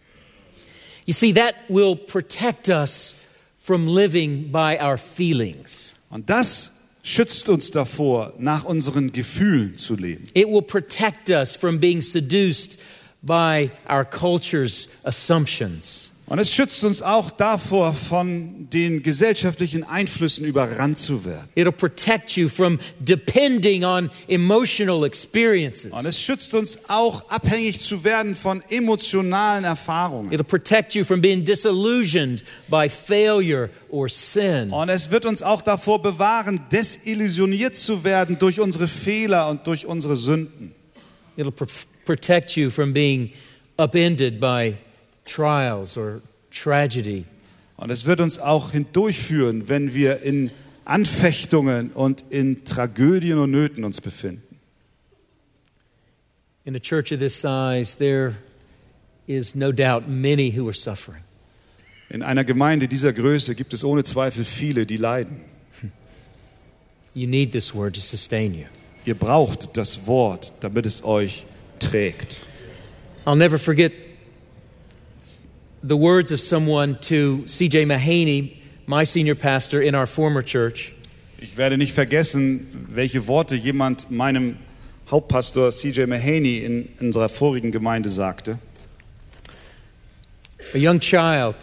S1: You see, that will protect us from living by our feelings.
S2: Und das schützt uns davor, nach unseren Gefühlen zu leben.
S1: It will protect us from being seduced by our culture's assumptions.
S2: Und es schützt uns auch davor, von den gesellschaftlichen Einflüssen überrannt zu werden.
S1: It'll protect you from depending on emotional experiences.
S2: Und es schützt uns auch, abhängig zu werden von emotionalen Erfahrungen.
S1: It'll protect you from being disillusioned by failure or sin.
S2: Und es wird uns auch davor bewahren, desillusioniert zu werden durch unsere Fehler und durch unsere Sünden.
S1: It'll pr- protect you from being upended by trials or tragedy.
S2: Und es wird uns auch hindurchführen, wenn wir in Anfechtungen und in Tragödien und Nöten uns befinden.
S1: In a church of this size, there is no doubt many who are suffering.
S2: In einer Gemeinde dieser Größe gibt es ohne Zweifel viele, die leiden.
S1: You need this word to sustain you.
S2: Ihr braucht das Wort, damit es euch trägt.
S1: I'll never forget the words of someone to C.J. Mahaney, my senior pastor in our former church.
S2: Ich werde nicht vergessen, welche Worte jemand meinem Hauptpastor CJ Mahaney in unserer vorigen Gemeinde sagte.
S1: A young child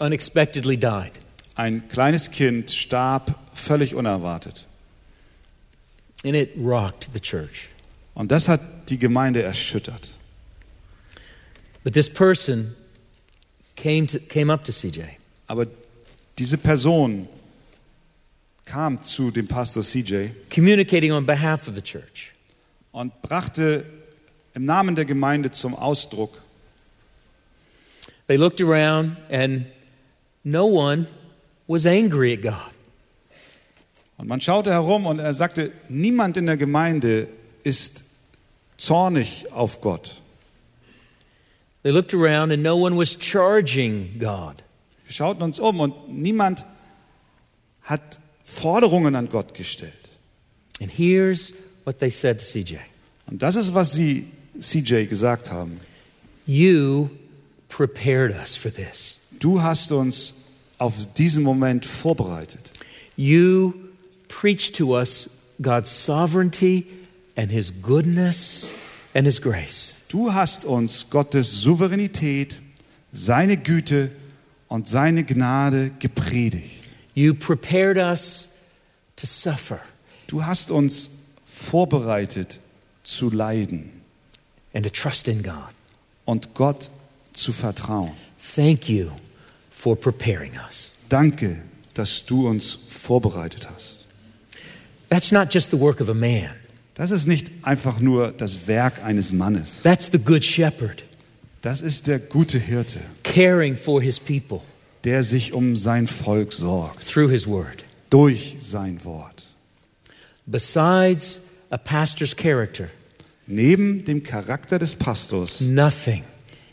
S1: unexpectedly died.
S2: Ein kleines Kind starb völlig unerwartet.
S1: And it rocked the church.
S2: Und das hat die Gemeinde erschüttert.
S1: But this person came, to, came up to CJ
S2: Aber diese Person kam zu dem Pastor CJ
S1: communicating on behalf of the church.
S2: und brachte im Namen der Gemeinde zum Ausdruck,
S1: They looked around, and no one was angry at God.
S2: Und man schaute herum und er sagte, niemand in der Gemeinde ist zornig auf Gott.
S1: They looked around, and no one was charging God.
S2: Wir schauten uns um und niemand hat Forderungen an Gott gestellt.
S1: And here's what they said to CJ
S2: Und das ist, was sie CJ gesagt haben.
S1: You prepared us for this,
S2: Du hast uns auf diesen Moment vorbereitet.
S1: you preached to us God's sovereignty and His goodness and His grace.
S2: Du hast uns Gottes Souveränität, seine Güte und seine Gnade gepredigt.
S1: You prepared us to suffer
S2: Du hast uns vorbereitet zu leiden.
S1: and to trust in God.
S2: und Gott zu vertrauen.
S1: Thank you for preparing us.
S2: Danke, dass du uns vorbereitet hast.
S1: That's not just the work of a man.
S2: Das ist nicht einfach nur das Werk eines Mannes.
S1: That's the good shepherd
S2: Das ist der gute Hirte,
S1: caring for his people
S2: der sich um sein Volk sorgt,
S1: through his word.
S2: durch sein Wort.
S1: Besides a pastor's character,
S2: Neben dem Charakter des Pastors
S1: nothing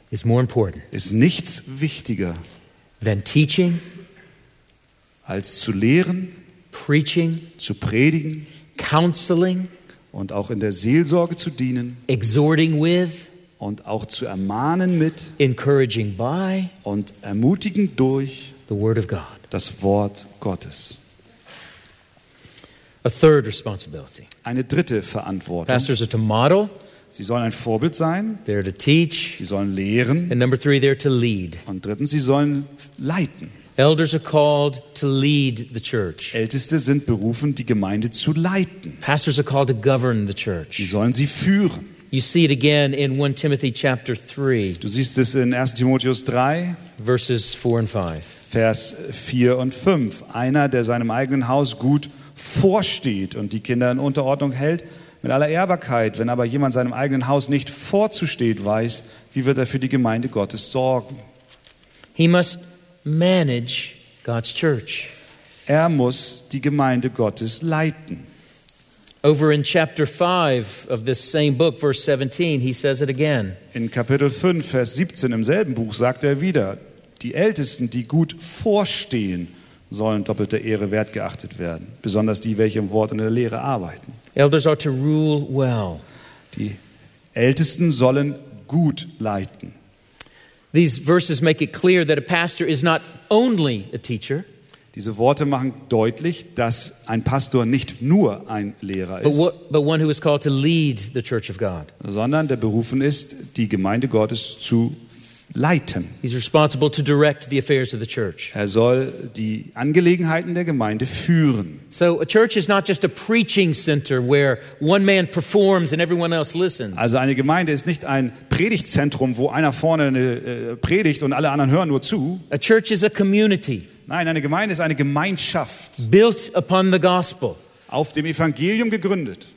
S1: is more important
S2: ist nichts wichtiger,
S1: than teaching,
S2: als zu lehren,
S1: preaching,
S2: zu predigen
S1: counseling,
S2: und auch in der Seelsorge zu dienen
S1: exhorting with,
S2: und auch zu ermahnen mit
S1: encouraging by
S2: und ermutigen durch
S1: the word of God.
S2: das Wort Gottes.
S1: A third responsibility.
S2: Eine dritte Verantwortung.
S1: Pastors are to model,
S2: Sie sollen ein Vorbild sein,
S1: they're to teach,
S2: sie sollen lehren
S1: and number three, they're to lead.
S2: und drittens, sie sollen leiten.
S1: Elders are called to lead the church.
S2: Älteste sind berufen, die Gemeinde zu leiten.
S1: Pastors are called to govern the
S2: Sie
S1: church.
S2: sollen sie führen.
S1: You see it again in 1 Timothy chapter 3,
S2: Du siehst es in 1 Timotheus 3,
S1: verses 4 and 5.
S2: Vers 4 und 5. Einer, der seinem eigenen Haus gut vorsteht und die Kinder in Unterordnung hält, mit aller Ehrbarkeit. Wenn aber jemand seinem eigenen Haus nicht vorzusteht weiß, wie wird er für die Gemeinde Gottes sorgen?
S1: He must manage God's church.
S2: Er muss die Gemeinde Gottes leiten.
S1: Over in chapter 5 of this same book, verse 17, he says it again.
S2: In Kapitel 5, Vers 17 im selben Buch sagt er wieder, die Ältesten, die gut vorstehen, sollen doppelter Ehre wert geachtet werden, besonders die, welche im Wort und in der Lehre arbeiten.
S1: Elders are to rule well.
S2: Die Ältesten sollen gut leiten.
S1: These verses make it clear that a pastor is not only a teacher,
S2: Diese Worte machen deutlich, dass ein Pastor nicht nur ein Lehrer
S1: but,
S2: ist,
S1: wha- but one who is called to lead the church of God.
S2: sondern der berufen ist, die Gemeinde Gottes zu leiten.
S1: He's responsible to direct the affairs of the church.
S2: Er soll die Angelegenheiten der Gemeinde führen.
S1: So a church is not just a preaching center where one man performs and everyone else listens.
S2: Also eine Gemeinde ist nicht ein Predigtzentrum, wo einer vorne eine, äh, predigt und alle anderen hören nur zu.
S1: A church is a community
S2: Nein, eine Gemeinde ist eine Gemeinschaft,
S1: built upon the gospel,
S2: auf dem Evangelium gegründet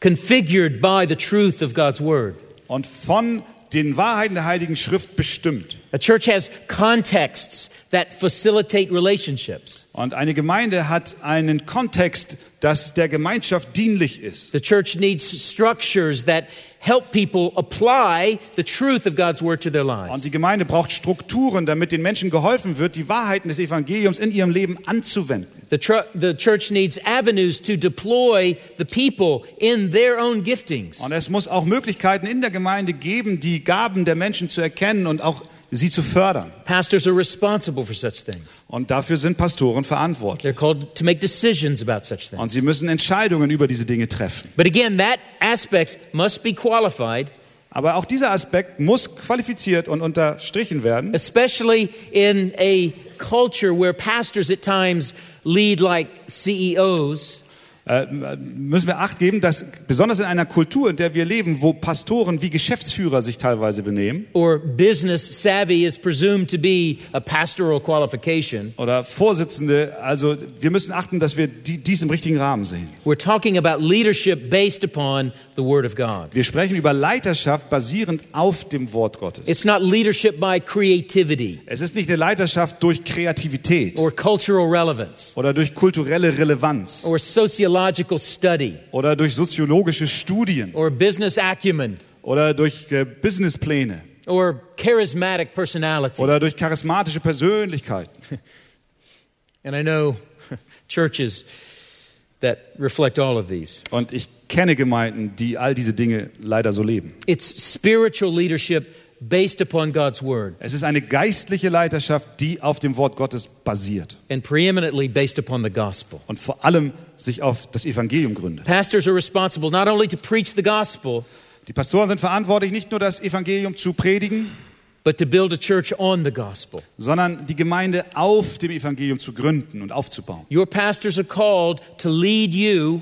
S1: configured by the truth of God's word.
S2: und von den Wahrheiten der Heiligen Schrift bestimmt.
S1: A church has contexts that facilitate relationships.
S2: Und eine Gemeinde hat einen Kontext, das der Gemeinschaft dienlich ist.
S1: The church needs structures that help people apply the truth of God's word to their
S2: Und
S1: lives.
S2: die Gemeinde braucht Strukturen, damit den Menschen geholfen wird, die Wahrheiten des Evangeliums in ihrem Leben anzuwenden.
S1: The, tr- the church needs avenues to deploy the people in their own giftings.
S2: Und es muss auch Möglichkeiten in der Gemeinde geben, die Gaben der Menschen zu erkennen und auch sie zu fördern.
S1: Pastors are responsible for such things.
S2: Und dafür sind Pastoren verantwortlich.
S1: They're called to make decisions about such things.
S2: Und sie müssen Entscheidungen über diese Dinge treffen.
S1: But again, that aspect must be qualified,
S2: Aber auch dieser Aspekt muss qualifiziert und unterstrichen werden,
S1: especially in a culture where pastors at times lead like E CEOs.
S2: müssen wir Acht geben, dass besonders in einer Kultur, in der wir leben, wo Pastoren wie Geschäftsführer sich teilweise benehmen,
S1: or business savvy is presumed to be a pastoral qualification.
S2: oder Vorsitzende, also wir müssen achten, dass wir die, dies im richtigen Rahmen sehen.
S1: We're talking about leadership based upon the Word of God.
S2: Wir sprechen über Leiterschaft basierend auf dem Wort Gottes.
S1: It's not leadership by creativity
S2: Es ist nicht eine Leiterschaft durch Kreativität
S1: or cultural relevance
S2: oder durch kulturelle Relevanz
S1: or sociological study
S2: oder durch soziologische Studien
S1: or business acumen
S2: oder durch äh, Businesspläne
S1: or charismatic personality.
S2: oder durch charismatische Persönlichkeiten.
S1: And I know churches that reflect all of these.
S2: Und ich kenne Gemeinden, die all diese Dinge leider so leben.
S1: It's spiritual leadership based upon God's Word
S2: Es ist eine geistliche Leiterschaft, die auf dem Wort Gottes basiert
S1: and preeminently based upon the gospel.
S2: und vor allem sich auf das Evangelium gründet.
S1: Pastors are responsible not only to preach the gospel,
S2: Die Pastoren sind verantwortlich, nicht nur das Evangelium zu predigen,
S1: but to build a church on the gospel.
S2: sondern die Gemeinde auf dem Evangelium zu gründen und aufzubauen.
S1: Your pastors are called to lead you,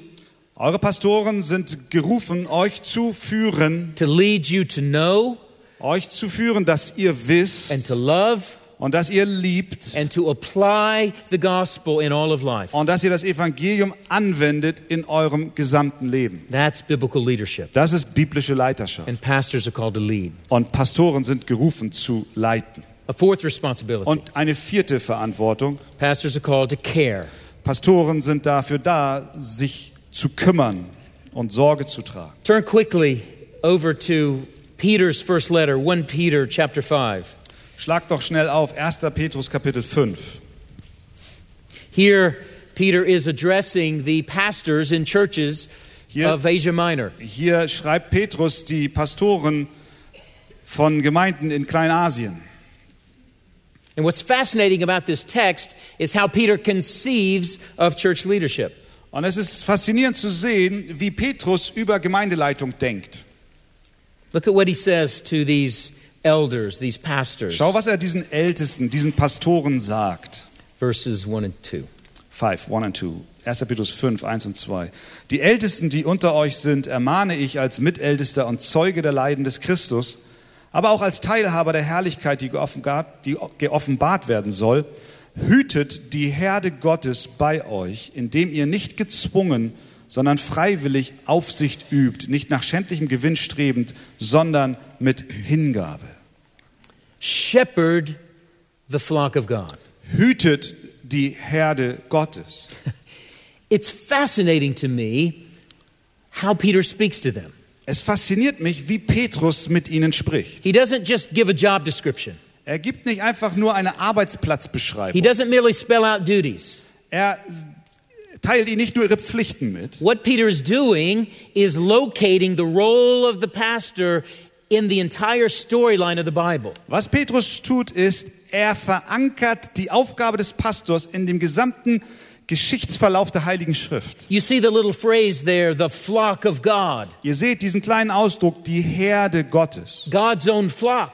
S2: Eure Pastoren sind gerufen, euch zu führen,
S1: to lead you to know
S2: euch zu führen, dass ihr
S1: and
S2: wisst
S1: to love
S2: und dass ihr liebt
S1: and to apply the gospel in all of life.
S2: und dass ihr das Evangelium anwendet in eurem gesamten Leben.
S1: That's biblical leadership.
S2: Das ist biblische Leiterschaft.
S1: And pastors are called to lead.
S2: Und Pastoren sind gerufen zu leiten.
S1: A fourth responsibility
S2: Und eine vierte Verantwortung.
S1: pastors are called to care.
S2: Pastoren sind dafür da, sich zu kümmern und Sorge zu tragen.
S1: Turn quickly over to Peter's first letter, 1 Peter chapter 5.
S2: Schlag doch schnell auf 1. Petrus Kapitel 5.
S1: Here, Peter is addressing the pastors in churches
S2: Hier-
S1: of Asia Minor.
S2: Hier schreibt Petrus die Pastoren von Gemeinden in Kleinasien.
S1: And what's fascinating about this text is how Peter conceives of church leadership.
S2: Und es ist faszinierend zu sehen, wie Petrus über Gemeindeleitung denkt.
S1: Look at what he says to these elders, these pastors.
S2: Schau, was er diesen Ältesten, diesen Pastoren sagt.
S1: Verses 1 and 2.
S2: 5, 1 and 2. 1. Petrus 5, 1 und 2. Die Ältesten, die unter euch sind, ermahne ich als Mitältester und Zeuge der Leiden des Christus, aber auch als Teilhaber der Herrlichkeit, die geoffenbart, die geoffenbart werden soll. Hütet die Herde Gottes bei euch, indem ihr nicht gezwungen, sondern freiwillig Aufsicht übt, nicht nach schändlichem Gewinn strebend, sondern mit Hingabe.
S1: Shepherd the flock of God.
S2: Hütet die Herde Gottes.
S1: It's fascinating to me how Peter speaks to them.
S2: Es fasziniert mich, wie Petrus mit ihnen spricht.
S1: He doesn't just give a job description,
S2: Er gibt nicht einfach nur eine
S1: he
S2: Arbeitsplatzbeschreibung.
S1: doesn't merely spell out duties.
S2: Er teilt ihnen nicht nur ihre Pflichten mit.
S1: What Peter is doing is locating the role of the pastor in the entire storyline of the Bible.
S2: Was Petrus tut, ist, er verankert die Aufgabe des Pastors in dem gesamten Geschichtsverlauf der Heiligen Schrift.
S1: You see the little phrase there, the flock of God,
S2: Ihr seht diesen kleinen Ausdruck, die Herde Gottes.
S1: God's own flock,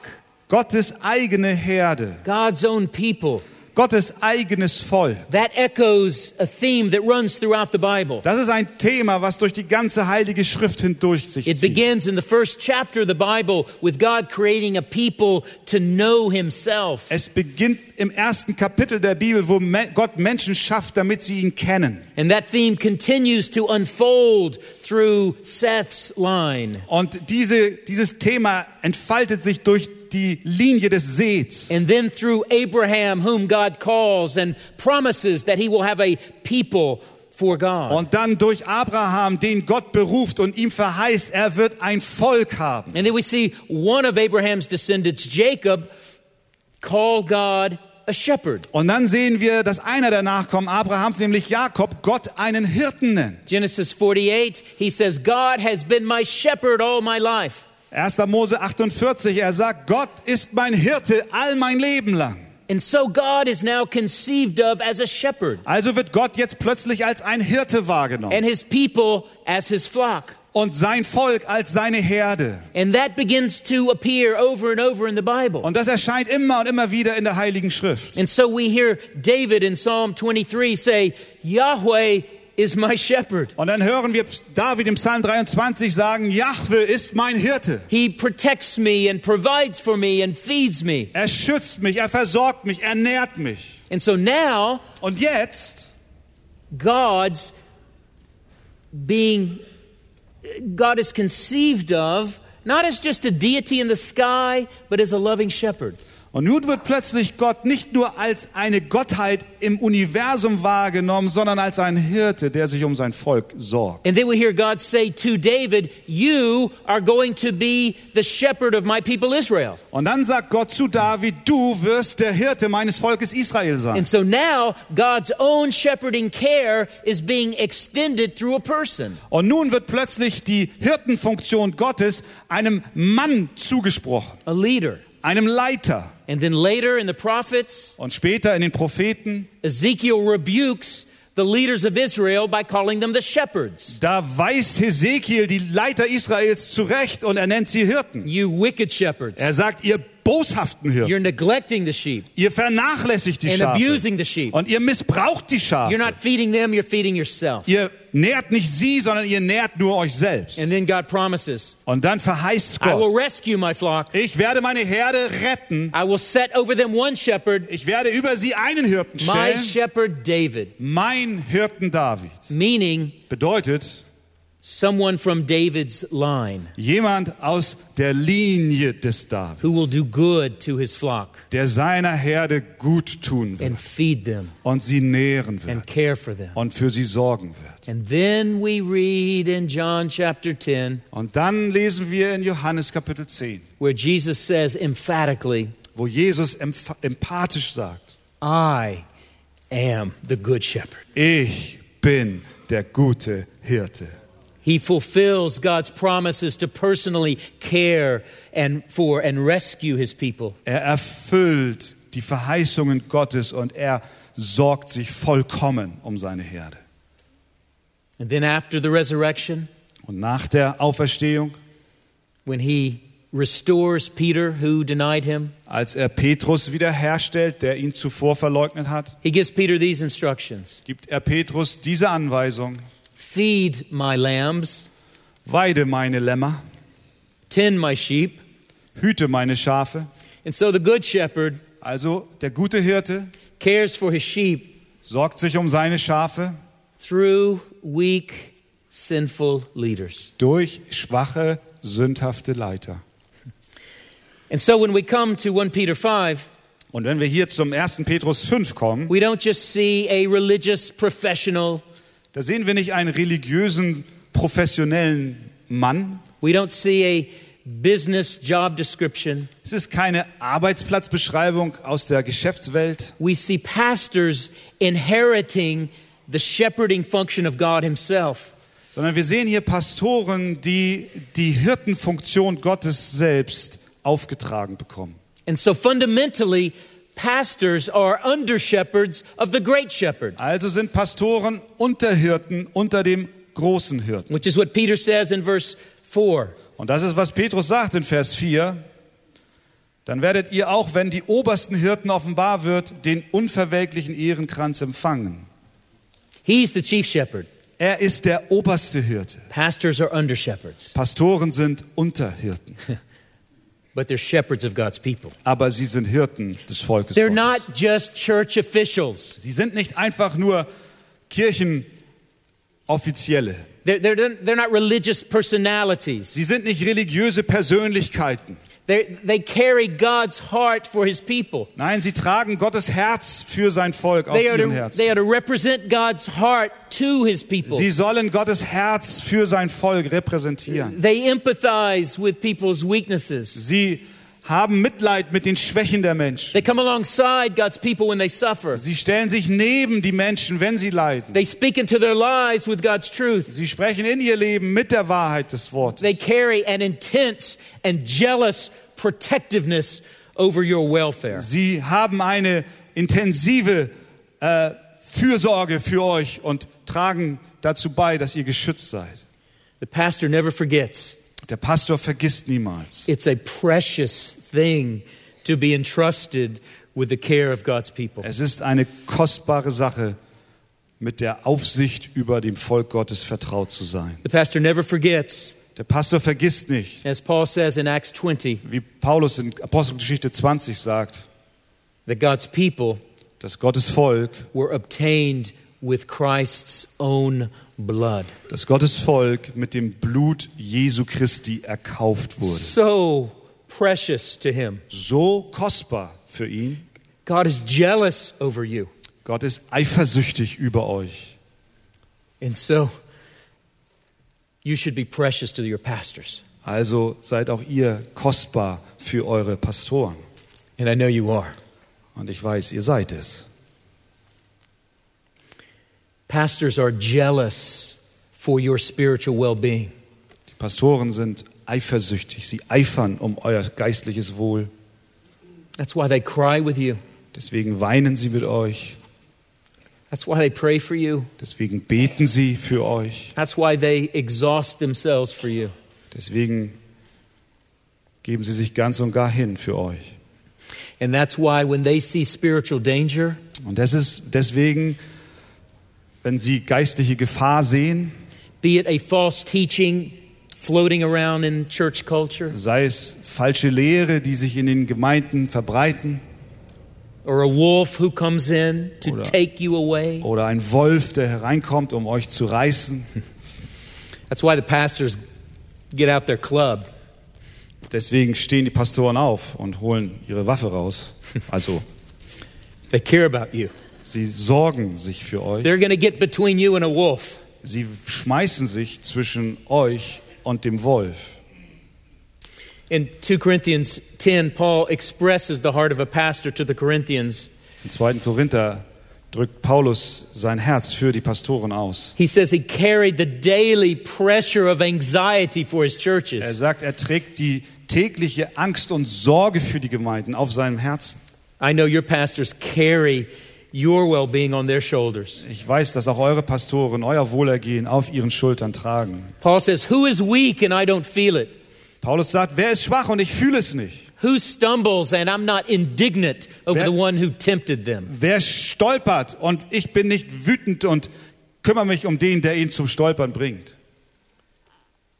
S2: Gottes eigene Herde,
S1: God's own people.
S2: Gottes eigenes Volk.
S1: That echoes a theme that runs throughout the Bible.
S2: Das ist ein Thema, was durch die ganze Heilige Schrift hindurch sich
S1: It
S2: zieht.
S1: begins in the first chapter of the Bible with God creating a people to know Himself.
S2: Es beginnt im ersten Kapitel der Bibel, wo Me- Gott Menschen schafft, damit sie ihn kennen.
S1: And that theme continues to unfold through Seth's line.
S2: Und diese, dieses Thema entfaltet sich durch die Linie des Seeds
S1: And then through Abraham, whom God calls and promises that he will have a people for God.
S2: und dann durch Abraham, den Gott beruft und ihm verheißt, er wird ein Volk haben.
S1: And then we see one of Abraham's descendants, Jacob, call God a shepherd.
S2: Und dann sehen wir, dass einer der Nachkommen Abrahams, nämlich Jakob, Gott einen Hirten nennt.
S1: Genesis 48, he says, God has been my shepherd all my life.
S2: 1. Mose 48, er sagt, Gott ist mein Hirte all mein Leben lang.
S1: And so God is now conceived of as a shepherd
S2: Also wird Gott jetzt plötzlich als ein Hirte wahrgenommen
S1: and his people as his flock.
S2: und sein Volk als seine Herde.
S1: And that begins to appear over and over in the Bible.
S2: Und das erscheint immer und immer wieder in der Heiligen Schrift.
S1: And so we hear David in Psalm 23 say, Yahweh is my shepherd.
S2: Und dann hören wir David im Psalm 23 sagen, Jahwe ist mein Hirte.
S1: He protects me and provides for me and feeds me.
S2: Er schützt mich, er versorgt mich, er nährt mich.
S1: And so now
S2: Und jetzt,
S1: God's being, God is conceived of not as just a deity in the sky, but as a loving shepherd.
S2: und nun wird plötzlich Gott nicht nur als eine Gottheit im Universum wahrgenommen, sondern als ein Hirte, der sich um sein Volk sorgt.
S1: And then we hear God say to David, You are going to be the shepherd of my people Israel.
S2: Und dann sagt Gott zu David, du wirst der Hirte meines Volkes Israel sein.
S1: And so now God's own shepherding care is being extended through a person.
S2: Und nun wird plötzlich die Hirtenfunktion Gottes einem Mann zugesprochen,
S1: a leader.
S2: einem Leiter.
S1: And then later in the prophets,
S2: Und später in den Propheten,
S1: Ezekiel rebukes the leaders of Israel by calling them the shepherds.
S2: da weist Hesekiel die Leiter Israels zurecht und er nennt sie Hirten.
S1: You wicked shepherds.
S2: Er sagt, ihr boshaften Hirten,
S1: You're neglecting the sheep
S2: ihr vernachlässigt die
S1: and
S2: Schafe
S1: abusing the sheep.
S2: und ihr missbraucht die
S1: You're not
S2: Schafe.
S1: feeding them, you're feeding yourself.
S2: Ihr nährt nicht sie, sondern ihr nährt nur euch selbst.
S1: And then God promises,
S2: Und dann verheißt
S1: I will
S2: Gott,
S1: rescue my flock.
S2: ich werde meine Herde retten
S1: I will set over them one shepherd,
S2: Ich werde über sie einen Hirten
S1: my
S2: stellen.
S1: shepherd David,
S2: Mein Hirten David.
S1: meaning
S2: Bedeutet
S1: someone from David's line
S2: jemand aus der Linie des David,
S1: who will do good to his flock
S2: der seiner Herde gut tun wird
S1: and feed them
S2: und sie nähren
S1: and
S2: wird
S1: care for them.
S2: und für sie sorgen wird.
S1: And then we read in John chapter 10,
S2: Und dann lesen wir in Johannes Kapitel 10,
S1: where Jesus says emphatically,
S2: wo Jesus emph empathisch sagt,
S1: I am the good shepherd.
S2: ich bin der gute Hirte.
S1: He fulfills God's promises to personally care and for and rescue his people.
S2: Er erfüllt die Verheißungen Gottes und er sorgt sich vollkommen um seine Herde.
S1: And then after the resurrection,
S2: Und nach der Auferstehung
S1: when he restores Peter, who denied him.
S2: Als er Petrus wiederherstellt, der ihn zuvor verleugnet hat,
S1: He gives Peter these instructions
S2: gibt er Petrus diese Anweisung.
S1: Feed my lambs,
S2: Weide meine Lämmer,
S1: tend my sheep.
S2: hüte meine Schafe.
S1: And so the good shepherd
S2: Also der gute Hirte
S1: cares for his sheep
S2: sorgt sich um seine Schafe
S1: through weak, sinful leaders.
S2: durch schwache, sündhafte Leiter.
S1: And so when we come to 1 Peter 5,
S2: Und wenn wir hier zum 1. Petrus 5 kommen,
S1: we don't just see a religious professional,
S2: da sehen wir nicht einen religiösen, professionellen Mann.
S1: we don't see a business job description.
S2: Es ist keine Arbeitsplatzbeschreibung aus der Geschäftswelt.
S1: We see pastors inheriting the shepherding function of God Himself.
S2: sondern wir sehen hier Pastoren, die die Hirtenfunktion Gottes selbst aufgetragen bekommen.
S1: And so fundamentally, pastors are under shepherds of the great shepherd,
S2: Also sind Pastoren Unterhirten unter dem großen Hirten.
S1: which is what Peter says in verse 4.
S2: Und das ist, was Petrus sagt in Vers 4. Dann werdet ihr auch, wenn die obersten Hirten offenbar wird, den unverwelklichen Ehrenkranz empfangen.
S1: He's the chief shepherd.
S2: Er ist der oberste Hirte.
S1: Pastors are under shepherds,
S2: Pastoren sind Unterhirten,
S1: but they're shepherds of God's people.
S2: aber sie sind Hirten des Volkes.
S1: They're
S2: Gottes.
S1: not just church officials.
S2: Sie sind nicht einfach nur Kirchenoffizielle.
S1: They're, they're, they're not religious personalities.
S2: Sie sind nicht religiöse Persönlichkeiten.
S1: They're, they carry God's heart for his people.
S2: Nein, sie tragen Gottes Herz für sein Volk auf
S1: They are,
S2: ihrem
S1: to,
S2: Herzen.
S1: they are to represent God's heart to his people.
S2: Sie sollen Gottes Herz für sein Volk repräsentieren.
S1: They empathize with people's weaknesses.
S2: Sie haben Mitleid mit den Schwächen der Menschen.
S1: They come alongside God's people when they suffer.
S2: Sie stellen sich neben die Menschen, wenn sie leiden.
S1: They speak into their lives with God's truth.
S2: Sie sprechen in ihr Leben mit der Wahrheit des
S1: They
S2: Wortes.
S1: carry an intense and jealous protectiveness over your welfare.
S2: Sie haben eine intensive äh, Fürsorge für euch und tragen dazu bei, dass ihr geschützt seid.
S1: The pastor never forgets.
S2: Der Pastor vergisst niemals.
S1: It's a precious thing to be entrusted with the care of God's people.
S2: Es ist eine kostbare Sache, mit der Aufsicht über dem Volk Gottes vertraut zu sein.
S1: The pastor never forgets,
S2: Der Pastor vergisst nicht,
S1: as Paul says in Acts 20,
S2: wie Paulus in Apostelgeschichte 20 sagt,
S1: that God's people
S2: dass Gottes Volk,
S1: were obtained with Christ's own blood.
S2: dass Gottes Volk mit dem Blut Jesu Christi erkauft wurde.
S1: So precious to him.
S2: So kostbar für ihn.
S1: God is jealous over you.
S2: Gott ist eifersüchtig über euch.
S1: And so you should be precious to your pastors.
S2: Also seid auch ihr kostbar für eure Pastoren.
S1: And I know you are.
S2: Und ich weiß, ihr seid es.
S1: Pastors are jealous for your spiritual well being.
S2: Die Pastoren sind eifersüchtig, sie eifern um euer geistliches Wohl.
S1: That's why they cry with you,
S2: Deswegen weinen sie mit euch,
S1: that's why they pray for you,
S2: deswegen beten sie für euch,
S1: that's why they exhaust themselves for you.
S2: deswegen geben sie sich ganz und gar hin für euch.
S1: And that's why when they see spiritual danger,
S2: Und das ist deswegen, wenn sie geistliche Gefahr sehen,
S1: be it a false teaching floating around in church culture,
S2: sei es falsche Lehre, die sich in den Gemeinden verbreiten,
S1: or a wolf who comes in to
S2: Oder-
S1: take you away,
S2: oder ein Wolf, der hereinkommt, um euch zu reißen,
S1: that's why the pastors get out their club.
S2: deswegen stehen die Pastoren auf und holen ihre Waffe raus. Also
S1: They care about you.
S2: Sie sorgen sich für euch.
S1: They're going to get between you and a wolf.
S2: Sie schmeißen sich zwischen euch und dem Wolf.
S1: In 2 Corinthians 10, Paul expresses the heart of a pastor to the Corinthians.
S2: Im 2. Korinther drückt Paulus sein Herz für die Pastoren aus.
S1: He says he carried the daily pressure of anxiety for his
S2: Er
S1: churches.
S2: sagt, er trägt die tägliche Angst und Sorge für die Gemeinden auf seinem Herzen.
S1: I know your pastors carry your well being on their shoulders.
S2: Ich weiß, dass auch eure Pastoren euer Wohlergehen auf ihren Schultern tragen.
S1: Paul says, Who is weak and I don't feel it?
S2: Paulus sagt, wer ist schwach und ich fühle es nicht?
S1: Who stumbles and I'm not indignant over
S2: Wer-
S1: the one who tempted them?
S2: Wer stolpert und ich bin nicht wütend und kümmere mich um den, der ihn zum Stolpern bringt?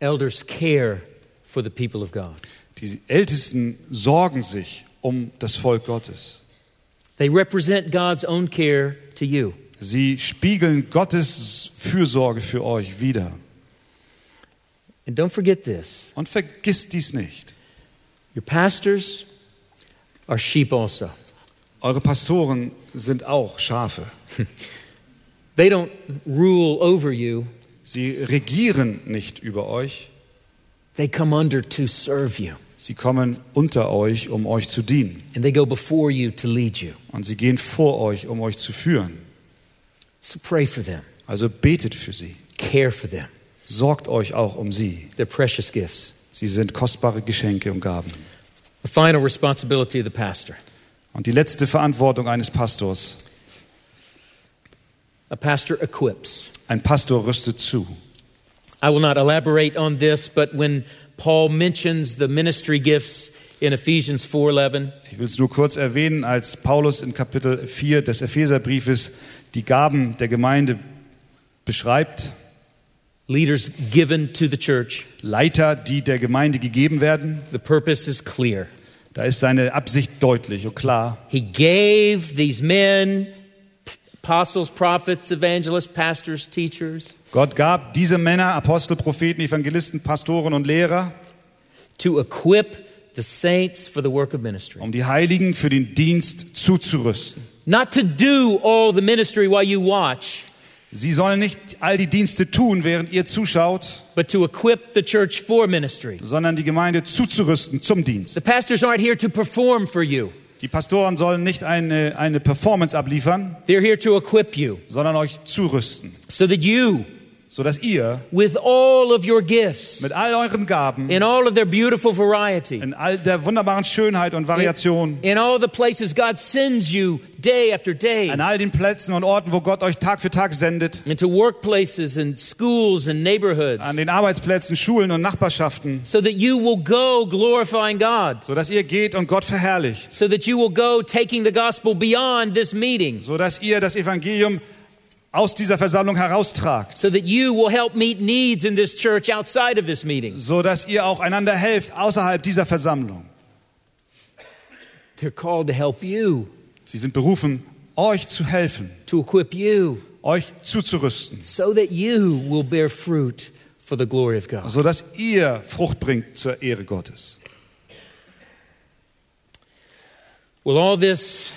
S1: Elders care for the people of God.
S2: Die Ältesten sorgen sich um das Volk Gottes.
S1: They represent God's own care to you.
S2: Sie spiegeln Gottes Fürsorge für euch wider.
S1: And don't forget this
S2: Und vergisst dies nicht.
S1: your pastors are sheep also.
S2: Eure Pastoren sind auch Schafe.
S1: They don't rule over you,
S2: Sie regieren nicht über euch,
S1: they come under to serve you,
S2: sie kommen unter euch, um euch zu dienen.
S1: and they go before you to lead you.
S2: Und sie gehen vor euch, um euch zu führen.
S1: So pray for them,
S2: Also betet für sie.
S1: care for them.
S2: Sorgt euch auch um sie.
S1: They're precious gifts.
S2: Sie sind kostbare Geschenke und Gaben.
S1: The final responsibility of the pastor.
S2: Und die letzte Verantwortung eines Pastors.
S1: A pastor equips.
S2: Ein Pastor rüstet zu.
S1: I will not elaborate on this, but when Paul mentions the ministry gifts in Ephesians 4:11,
S2: Ich will es nur kurz erwähnen, als Paulus in Kapitel 4 des Epheserbriefes die Gaben der Gemeinde beschreibt,
S1: leaders given to the church,
S2: Leiter, die der Gemeinde gegeben werden,
S1: the purpose is clear.
S2: da ist seine Absicht deutlich und klar.
S1: He gave these men apostles, prophets, evangelists, pastors, teachers
S2: Gott gab diese Männer, Apostel, Propheten, Evangelisten, Pastoren und Lehrer,
S1: to equip the saints for the work of ministry.
S2: um die Heiligen für den Dienst zuzurüsten.
S1: Not to do all the ministry while you watch,
S2: Sie sollen nicht all die Dienste tun, während ihr zuschaut,
S1: but to equip the church for ministry.
S2: sondern die Gemeinde zuzurüsten zum
S1: The
S2: Dienst.
S1: pastors aren't here to perform for you.
S2: Die Pastoren sollen nicht eine, eine Performance abliefern,
S1: They're here to equip you
S2: sondern euch zurüsten,
S1: so that you,
S2: sodass ihr
S1: with all of your gifts,
S2: mit all euren Gaben,
S1: in all of their beautiful variety,
S2: in all der wunderbaren Schönheit und Variation,
S1: in all the places God sends you day after day,
S2: an all den Plätzen und Orten, wo Gott euch Tag für Tag sendet,
S1: into workplaces and schools and
S2: an
S1: neighborhoods,
S2: den Arbeitsplätzen, Schulen und Nachbarschaften,
S1: so that you will go glorifying God,
S2: sodass ihr geht und Gott verherrlicht,
S1: so that you will go taking the gospel beyond this meeting,
S2: sodass ihr das Evangelium aus dieser Versammlung heraustragt,
S1: so that you will help meet needs in this church outside of this meeting.
S2: sodass ihr auch einander helft außerhalb dieser Versammlung.
S1: They're called to help you,
S2: Sie sind berufen, euch zu helfen,
S1: to equip you,
S2: euch zuzurüsten,
S1: so that you will bear fruit for the glory of God.
S2: sodass ihr Frucht bringt zur Ehre Gottes.
S1: Well, all this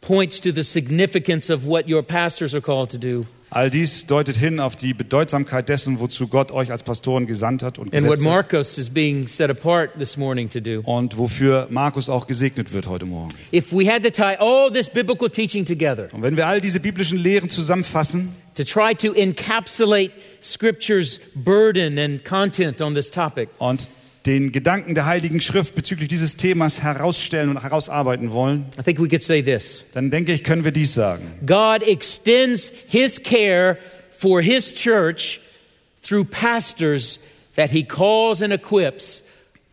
S1: points to the significance of what your pastors are called to do
S2: All dies deutet hin auf die Bedeutsamkeit dessen, wozu Gott euch als Pastoren gesandt hat und
S1: and what
S2: gesetzt hat.
S1: Marcos is being set apart this morning to do.
S2: und wofür Markus auch gesegnet wird heute Morgen.
S1: If we had to tie all this biblical teaching together
S2: Und wenn wir all diese biblischen Lehren zusammenfassen,
S1: to try to encapsulate Scripture's burden and content on this topic,
S2: und den Gedanken der Heiligen Schrift bezüglich dieses Themas herausstellen und herausarbeiten wollen,
S1: I think we could say this
S2: dann denke ich, können wir dies sagen.
S1: God extends His care for His church through pastors that He calls and equips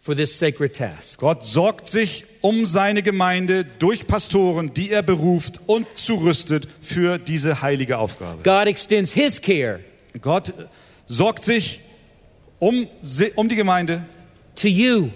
S1: for this sacred task.
S2: Gott sorgt sich um seine Gemeinde durch Pastoren, die er beruft und zurüstet für diese heilige Aufgabe.
S1: God extends His care
S2: Gott sorgt sich um, se- um die Gemeinde,
S1: to you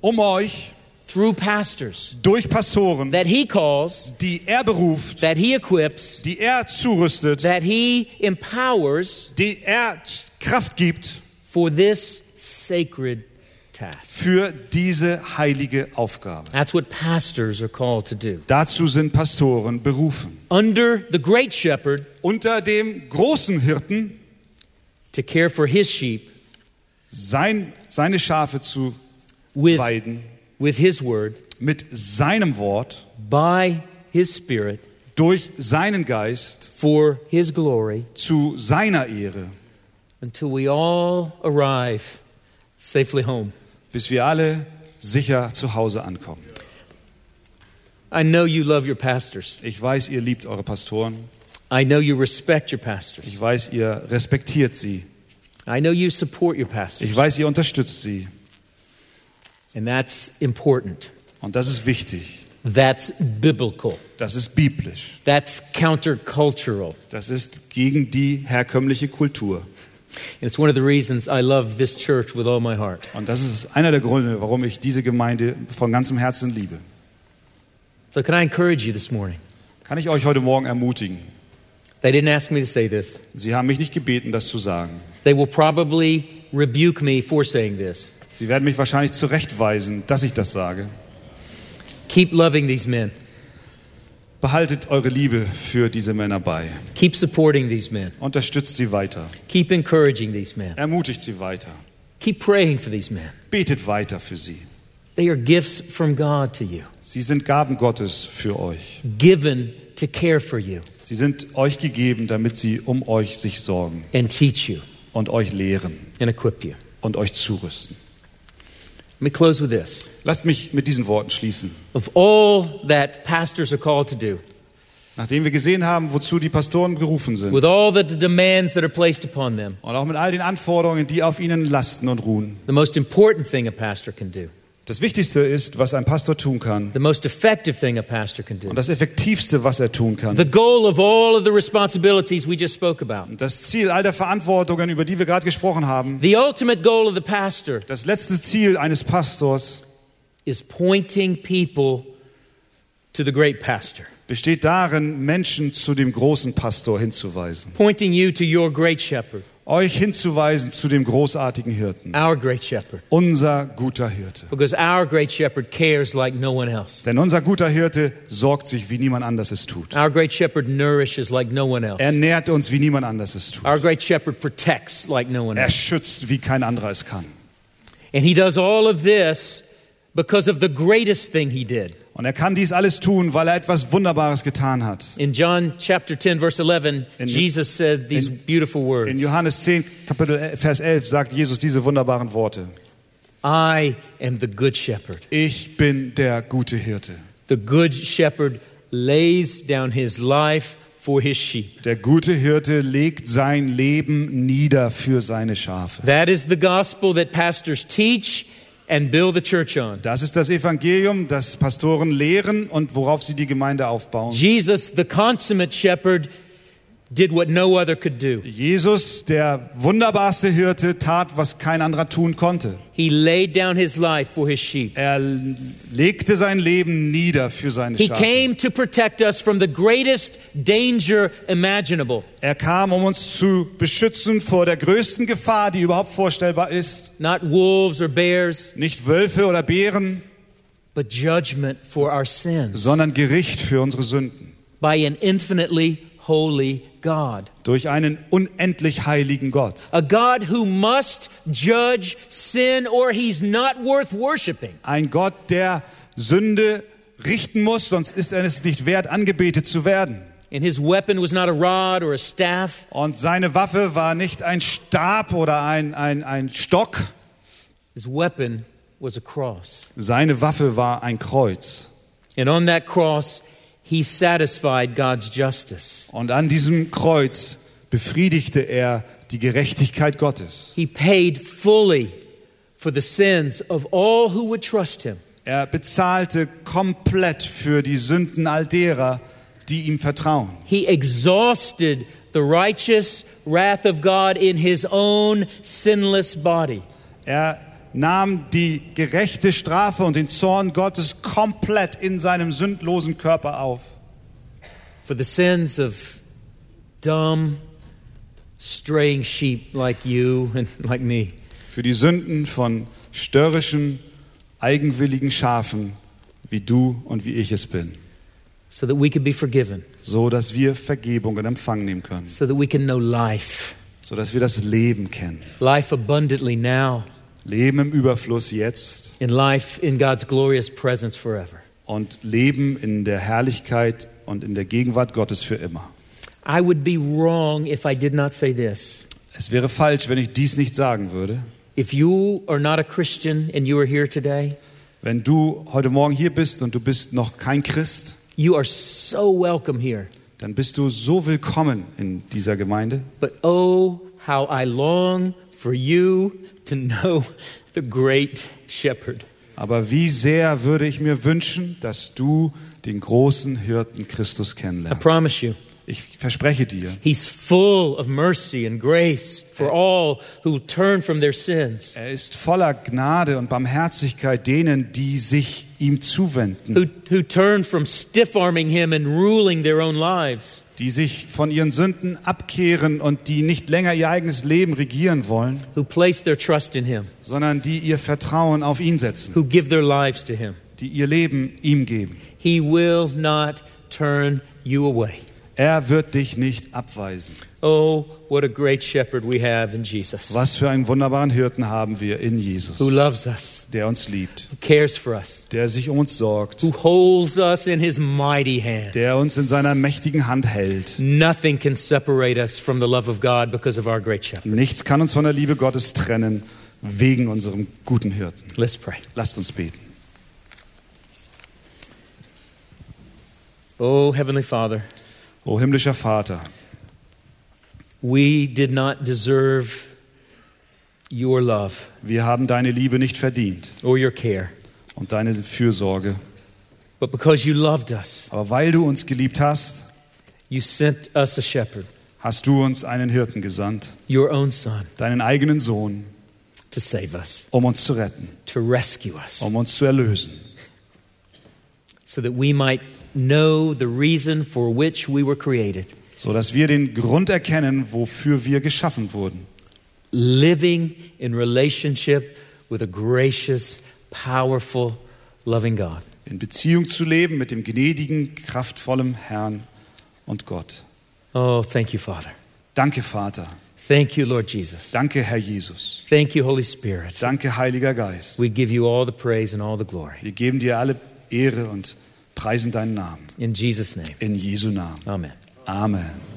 S2: um euch,
S1: through pastors
S2: durch Pastoren,
S1: that He calls,
S2: die er beruft,
S1: that He equips,
S2: die er zurüstet,
S1: that He empowers
S2: die er z- Kraft gibt
S1: for this sacred task.
S2: für diese heilige Aufgabe.
S1: That's what pastors are called to do.
S2: Dazu sind Pastoren berufen.
S1: Under the Great Shepherd
S2: Unter dem großen Hirten
S1: to care for His sheep
S2: sein, seine Schafe zu
S1: with,
S2: weiden,
S1: with His word,
S2: mit seinem Wort,
S1: by His Spirit,
S2: durch seinen Geist,
S1: for His glory,
S2: zu seiner Ehre,
S1: until we all arrive safely home.
S2: bis wir alle sicher zu Hause ankommen.
S1: I know you love your pastors.
S2: Ich weiß, ihr liebt eure Pastoren.
S1: I know you respect your pastors.
S2: Ich weiß, ihr respektiert sie.
S1: I know you support your pastors.
S2: Ich weiß, ihr unterstützt sie.
S1: And that's important.
S2: Und das ist wichtig.
S1: That's biblical.
S2: Das ist biblisch.
S1: That's countercultural.
S2: Das ist gegen die herkömmliche Kultur.
S1: And it's one of the reasons I love this church with all my heart.
S2: Und das ist einer der Gründe, warum ich diese Gemeinde von ganzem Herzen liebe.
S1: So, can I encourage you this morning?
S2: Kann ich euch heute Morgen ermutigen?
S1: They didn't ask me to say this.
S2: Sie haben mich nicht gebeten, das zu sagen.
S1: They will probably rebuke me for saying this.
S2: Sie werden mich wahrscheinlich zurechtweisen, dass ich das sage.
S1: Keep loving these men,
S2: Behaltet eure Liebe für diese Männer bei.
S1: keep supporting these men,
S2: Unterstützt sie weiter.
S1: keep encouraging these men,
S2: Ermutigt sie weiter.
S1: keep praying for these men.
S2: Betet weiter für sie.
S1: They are gifts from God to you,
S2: Sie sind Gaben Gottes für euch.
S1: given to care for you
S2: Sie sind euch gegeben, damit sie um euch sich sorgen
S1: and teach you
S2: und euch lehren
S1: and equip you.
S2: und euch zurüsten.
S1: Let me close with this.
S2: Lasst mich mit diesen Worten schließen.
S1: Of all that pastors are called to do,
S2: Nachdem wir gesehen haben, wozu die Pastoren gerufen sind
S1: with all the demands that are placed upon them,
S2: und auch mit all den Anforderungen, die auf ihnen lasten und ruhen,
S1: the most important thing a pastor can do,
S2: das Wichtigste ist, was ein Pastor tun kann
S1: the most effective thing a pastor can do,
S2: und das Effektivste, was er tun kann.
S1: the goal of all of the responsibilities we just spoke about,
S2: Das Ziel all der Verantwortungen, über die wir gerade gesprochen haben,
S1: the ultimate goal of the pastor
S2: das letzte Ziel eines Pastors
S1: is pointing people to the great pastor,
S2: besteht darin, Menschen zu dem großen Pastor hinzuweisen.
S1: pointing you to your great shepherd,
S2: Euch hinzuweisen zu dem großartigen Hirten,
S1: our great shepherd,
S2: unser guter Hirte.
S1: because our great shepherd cares like no one else.
S2: Denn unser guter Hirte sorgt sich, wie niemand anders es tut.
S1: Our great shepherd nourishes like no one else.
S2: Er nährt uns, wie niemand anders es
S1: Our
S2: tut.
S1: great shepherd protects like no one
S2: Er
S1: else.
S2: schützt, wie kein anderer es kann.
S1: And he does all of this because of the greatest thing he did.
S2: Und er kann dies alles tun, weil er etwas Wunderbares getan hat.
S1: In John chapter 10, verse 11,
S2: In-
S1: Jesus said these
S2: in-
S1: beautiful
S2: In
S1: words
S2: Johannes 10, Kapitel el- Vers 11 sagt Jesus diese wunderbaren Worte.
S1: I am the good shepherd.
S2: Ich bin der gute Hirte.
S1: The good shepherd lays down his life for his sheep.
S2: Der gute Hirte legt sein Leben nieder für seine Schafe.
S1: That is the gospel that pastors teach and build the church on.
S2: Das ist das Evangelium, das Pastoren lehren und worauf sie die Gemeinde aufbauen.
S1: Jesus, the consummate shepherd, did what no other could do.
S2: Jesus, der wunderbarste Hirte, tat, was kein anderer tun konnte.
S1: He laid down his life for his sheep.
S2: Er legte sein Leben nieder für seine
S1: He
S2: Schafe.
S1: came to protect us from the greatest danger imaginable.
S2: Er kam, um uns zu beschützen vor der größten Gefahr, die überhaupt vorstellbar ist.
S1: Not wolves or bears,
S2: Nicht Wölfe oder Bären,
S1: but judgment for our sins
S2: sondern Gericht für unsere Sünden.
S1: by an infinitely holy God.
S2: Durch einen unendlich heiligen Gott.
S1: A God who must judge sin or he's not worth worshiping.
S2: Ein Gott, der Sünde richten muss, sonst ist er es nicht wert, angebetet zu werden.
S1: And his weapon was not a rod or a staff,
S2: Und seine Waffe war nicht ein Stab oder ein, ein, ein Stock,
S1: his weapon was a cross.
S2: seine Waffe war ein Kreuz.
S1: And on that cross, he satisfied God's justice.
S2: Und an diesem Kreuz befriedigte er die Gerechtigkeit Gottes.
S1: He paid fully for the sins of all who would trust him.
S2: Er bezahlte komplett für die Sünden all derer, die ihm vertrauen.
S1: He exhausted the righteous wrath of God in his own sinless body.
S2: Er nahm die gerechte Strafe und den Zorn Gottes komplett in seinem sündlosen Körper auf.
S1: for the sins of dumb, straying sheep like you and like me.
S2: Für die Sünden von störrischen, eigenwilligen Schafen, wie du und wie ich es bin.
S1: So that we could be forgiven,
S2: so dass wir Vergebung in Empfang nehmen können,
S1: so that we can know life,
S2: so dass wir das Leben kennen.
S1: life abundantly now,
S2: Leben im Überfluss jetzt
S1: and life in God's glorious presence forever.
S2: und Leben in der Herrlichkeit und in der Gegenwart Gottes für immer.
S1: I would be wrong if I did not say this.
S2: Es wäre falsch, wenn ich dies nicht sagen würde.
S1: If you are not a Christian and you are here today,
S2: Wenn du heute Morgen hier bist und du bist noch kein Christ,
S1: you are so welcome here.
S2: dann bist du so willkommen in dieser Gemeinde.
S1: But oh, how I long for you to know the great shepherd.
S2: Aber wie sehr würde ich mir wünschen, dass du den großen Hirten Christus
S1: I
S2: kennenlernst.
S1: promise you,
S2: Ich verspreche dir,
S1: He's full of mercy and grace for all who turn from their sins,
S2: er ist voller Gnade und Barmherzigkeit denen, die sich ihm zuwenden,
S1: who, who turn from stiff arming Him and ruling their own lives.
S2: die sich von ihren Sünden abkehren und die nicht länger ihr eigenes Leben regieren wollen,
S1: who place their trust in Him,
S2: sondern die ihr Vertrauen auf ihn setzen,
S1: who give their lives to Him.
S2: die ihr Leben ihm geben.
S1: He will not turn you away.
S2: Er wird dich nicht abweisen.
S1: Oh, what a great shepherd we have in Jesus,
S2: Was für einen wunderbaren Hirten haben wir in
S1: who
S2: Jesus,
S1: loves us,
S2: der uns liebt,
S1: who cares for us,
S2: der sich um uns sorgt,
S1: who holds us in His mighty hand.
S2: der uns in seiner mächtigen Hand hält.
S1: Nothing can separate us from the love of God because of our great shepherd.
S2: Nichts kann uns von der Liebe Gottes trennen, wegen unserem guten Hirten.
S1: Let's pray.
S2: Lasst uns beten.
S1: Oh, Heavenly Father,
S2: O himmlischer Vater,
S1: we did not deserve your love
S2: wir haben deine Liebe nicht verdient
S1: or your care,
S2: und deine Fürsorge.
S1: but because you loved us,
S2: Aber weil du uns geliebt hast,
S1: you sent us a shepherd,
S2: hast du uns einen Hirten gesandt,
S1: your own Son,
S2: deinen eigenen Sohn,
S1: to save us.
S2: um uns zu retten,
S1: to rescue us
S2: um uns zu erlösen,
S1: so that we might know the reason for which we were created
S2: sodass wir den Grund erkennen, wofür wir geschaffen wurden.
S1: living in relationship with a gracious, powerful, loving God.
S2: in Beziehung zu leben mit dem gnädigen, kraftvollen Herrn und Gott.
S1: Oh, thank you, Father.
S2: Danke, Vater.
S1: Thank you, Lord Jesus.
S2: Danke, Herr Jesus.
S1: Thank you, Holy Spirit.
S2: Danke, Heiliger Geist.
S1: We give you all the praise and all the glory.
S2: Wir geben dir alle Ehre und preisen deinen Namen.
S1: In Jesus' name,
S2: In Jesu Namen.
S1: amen.
S2: Amen.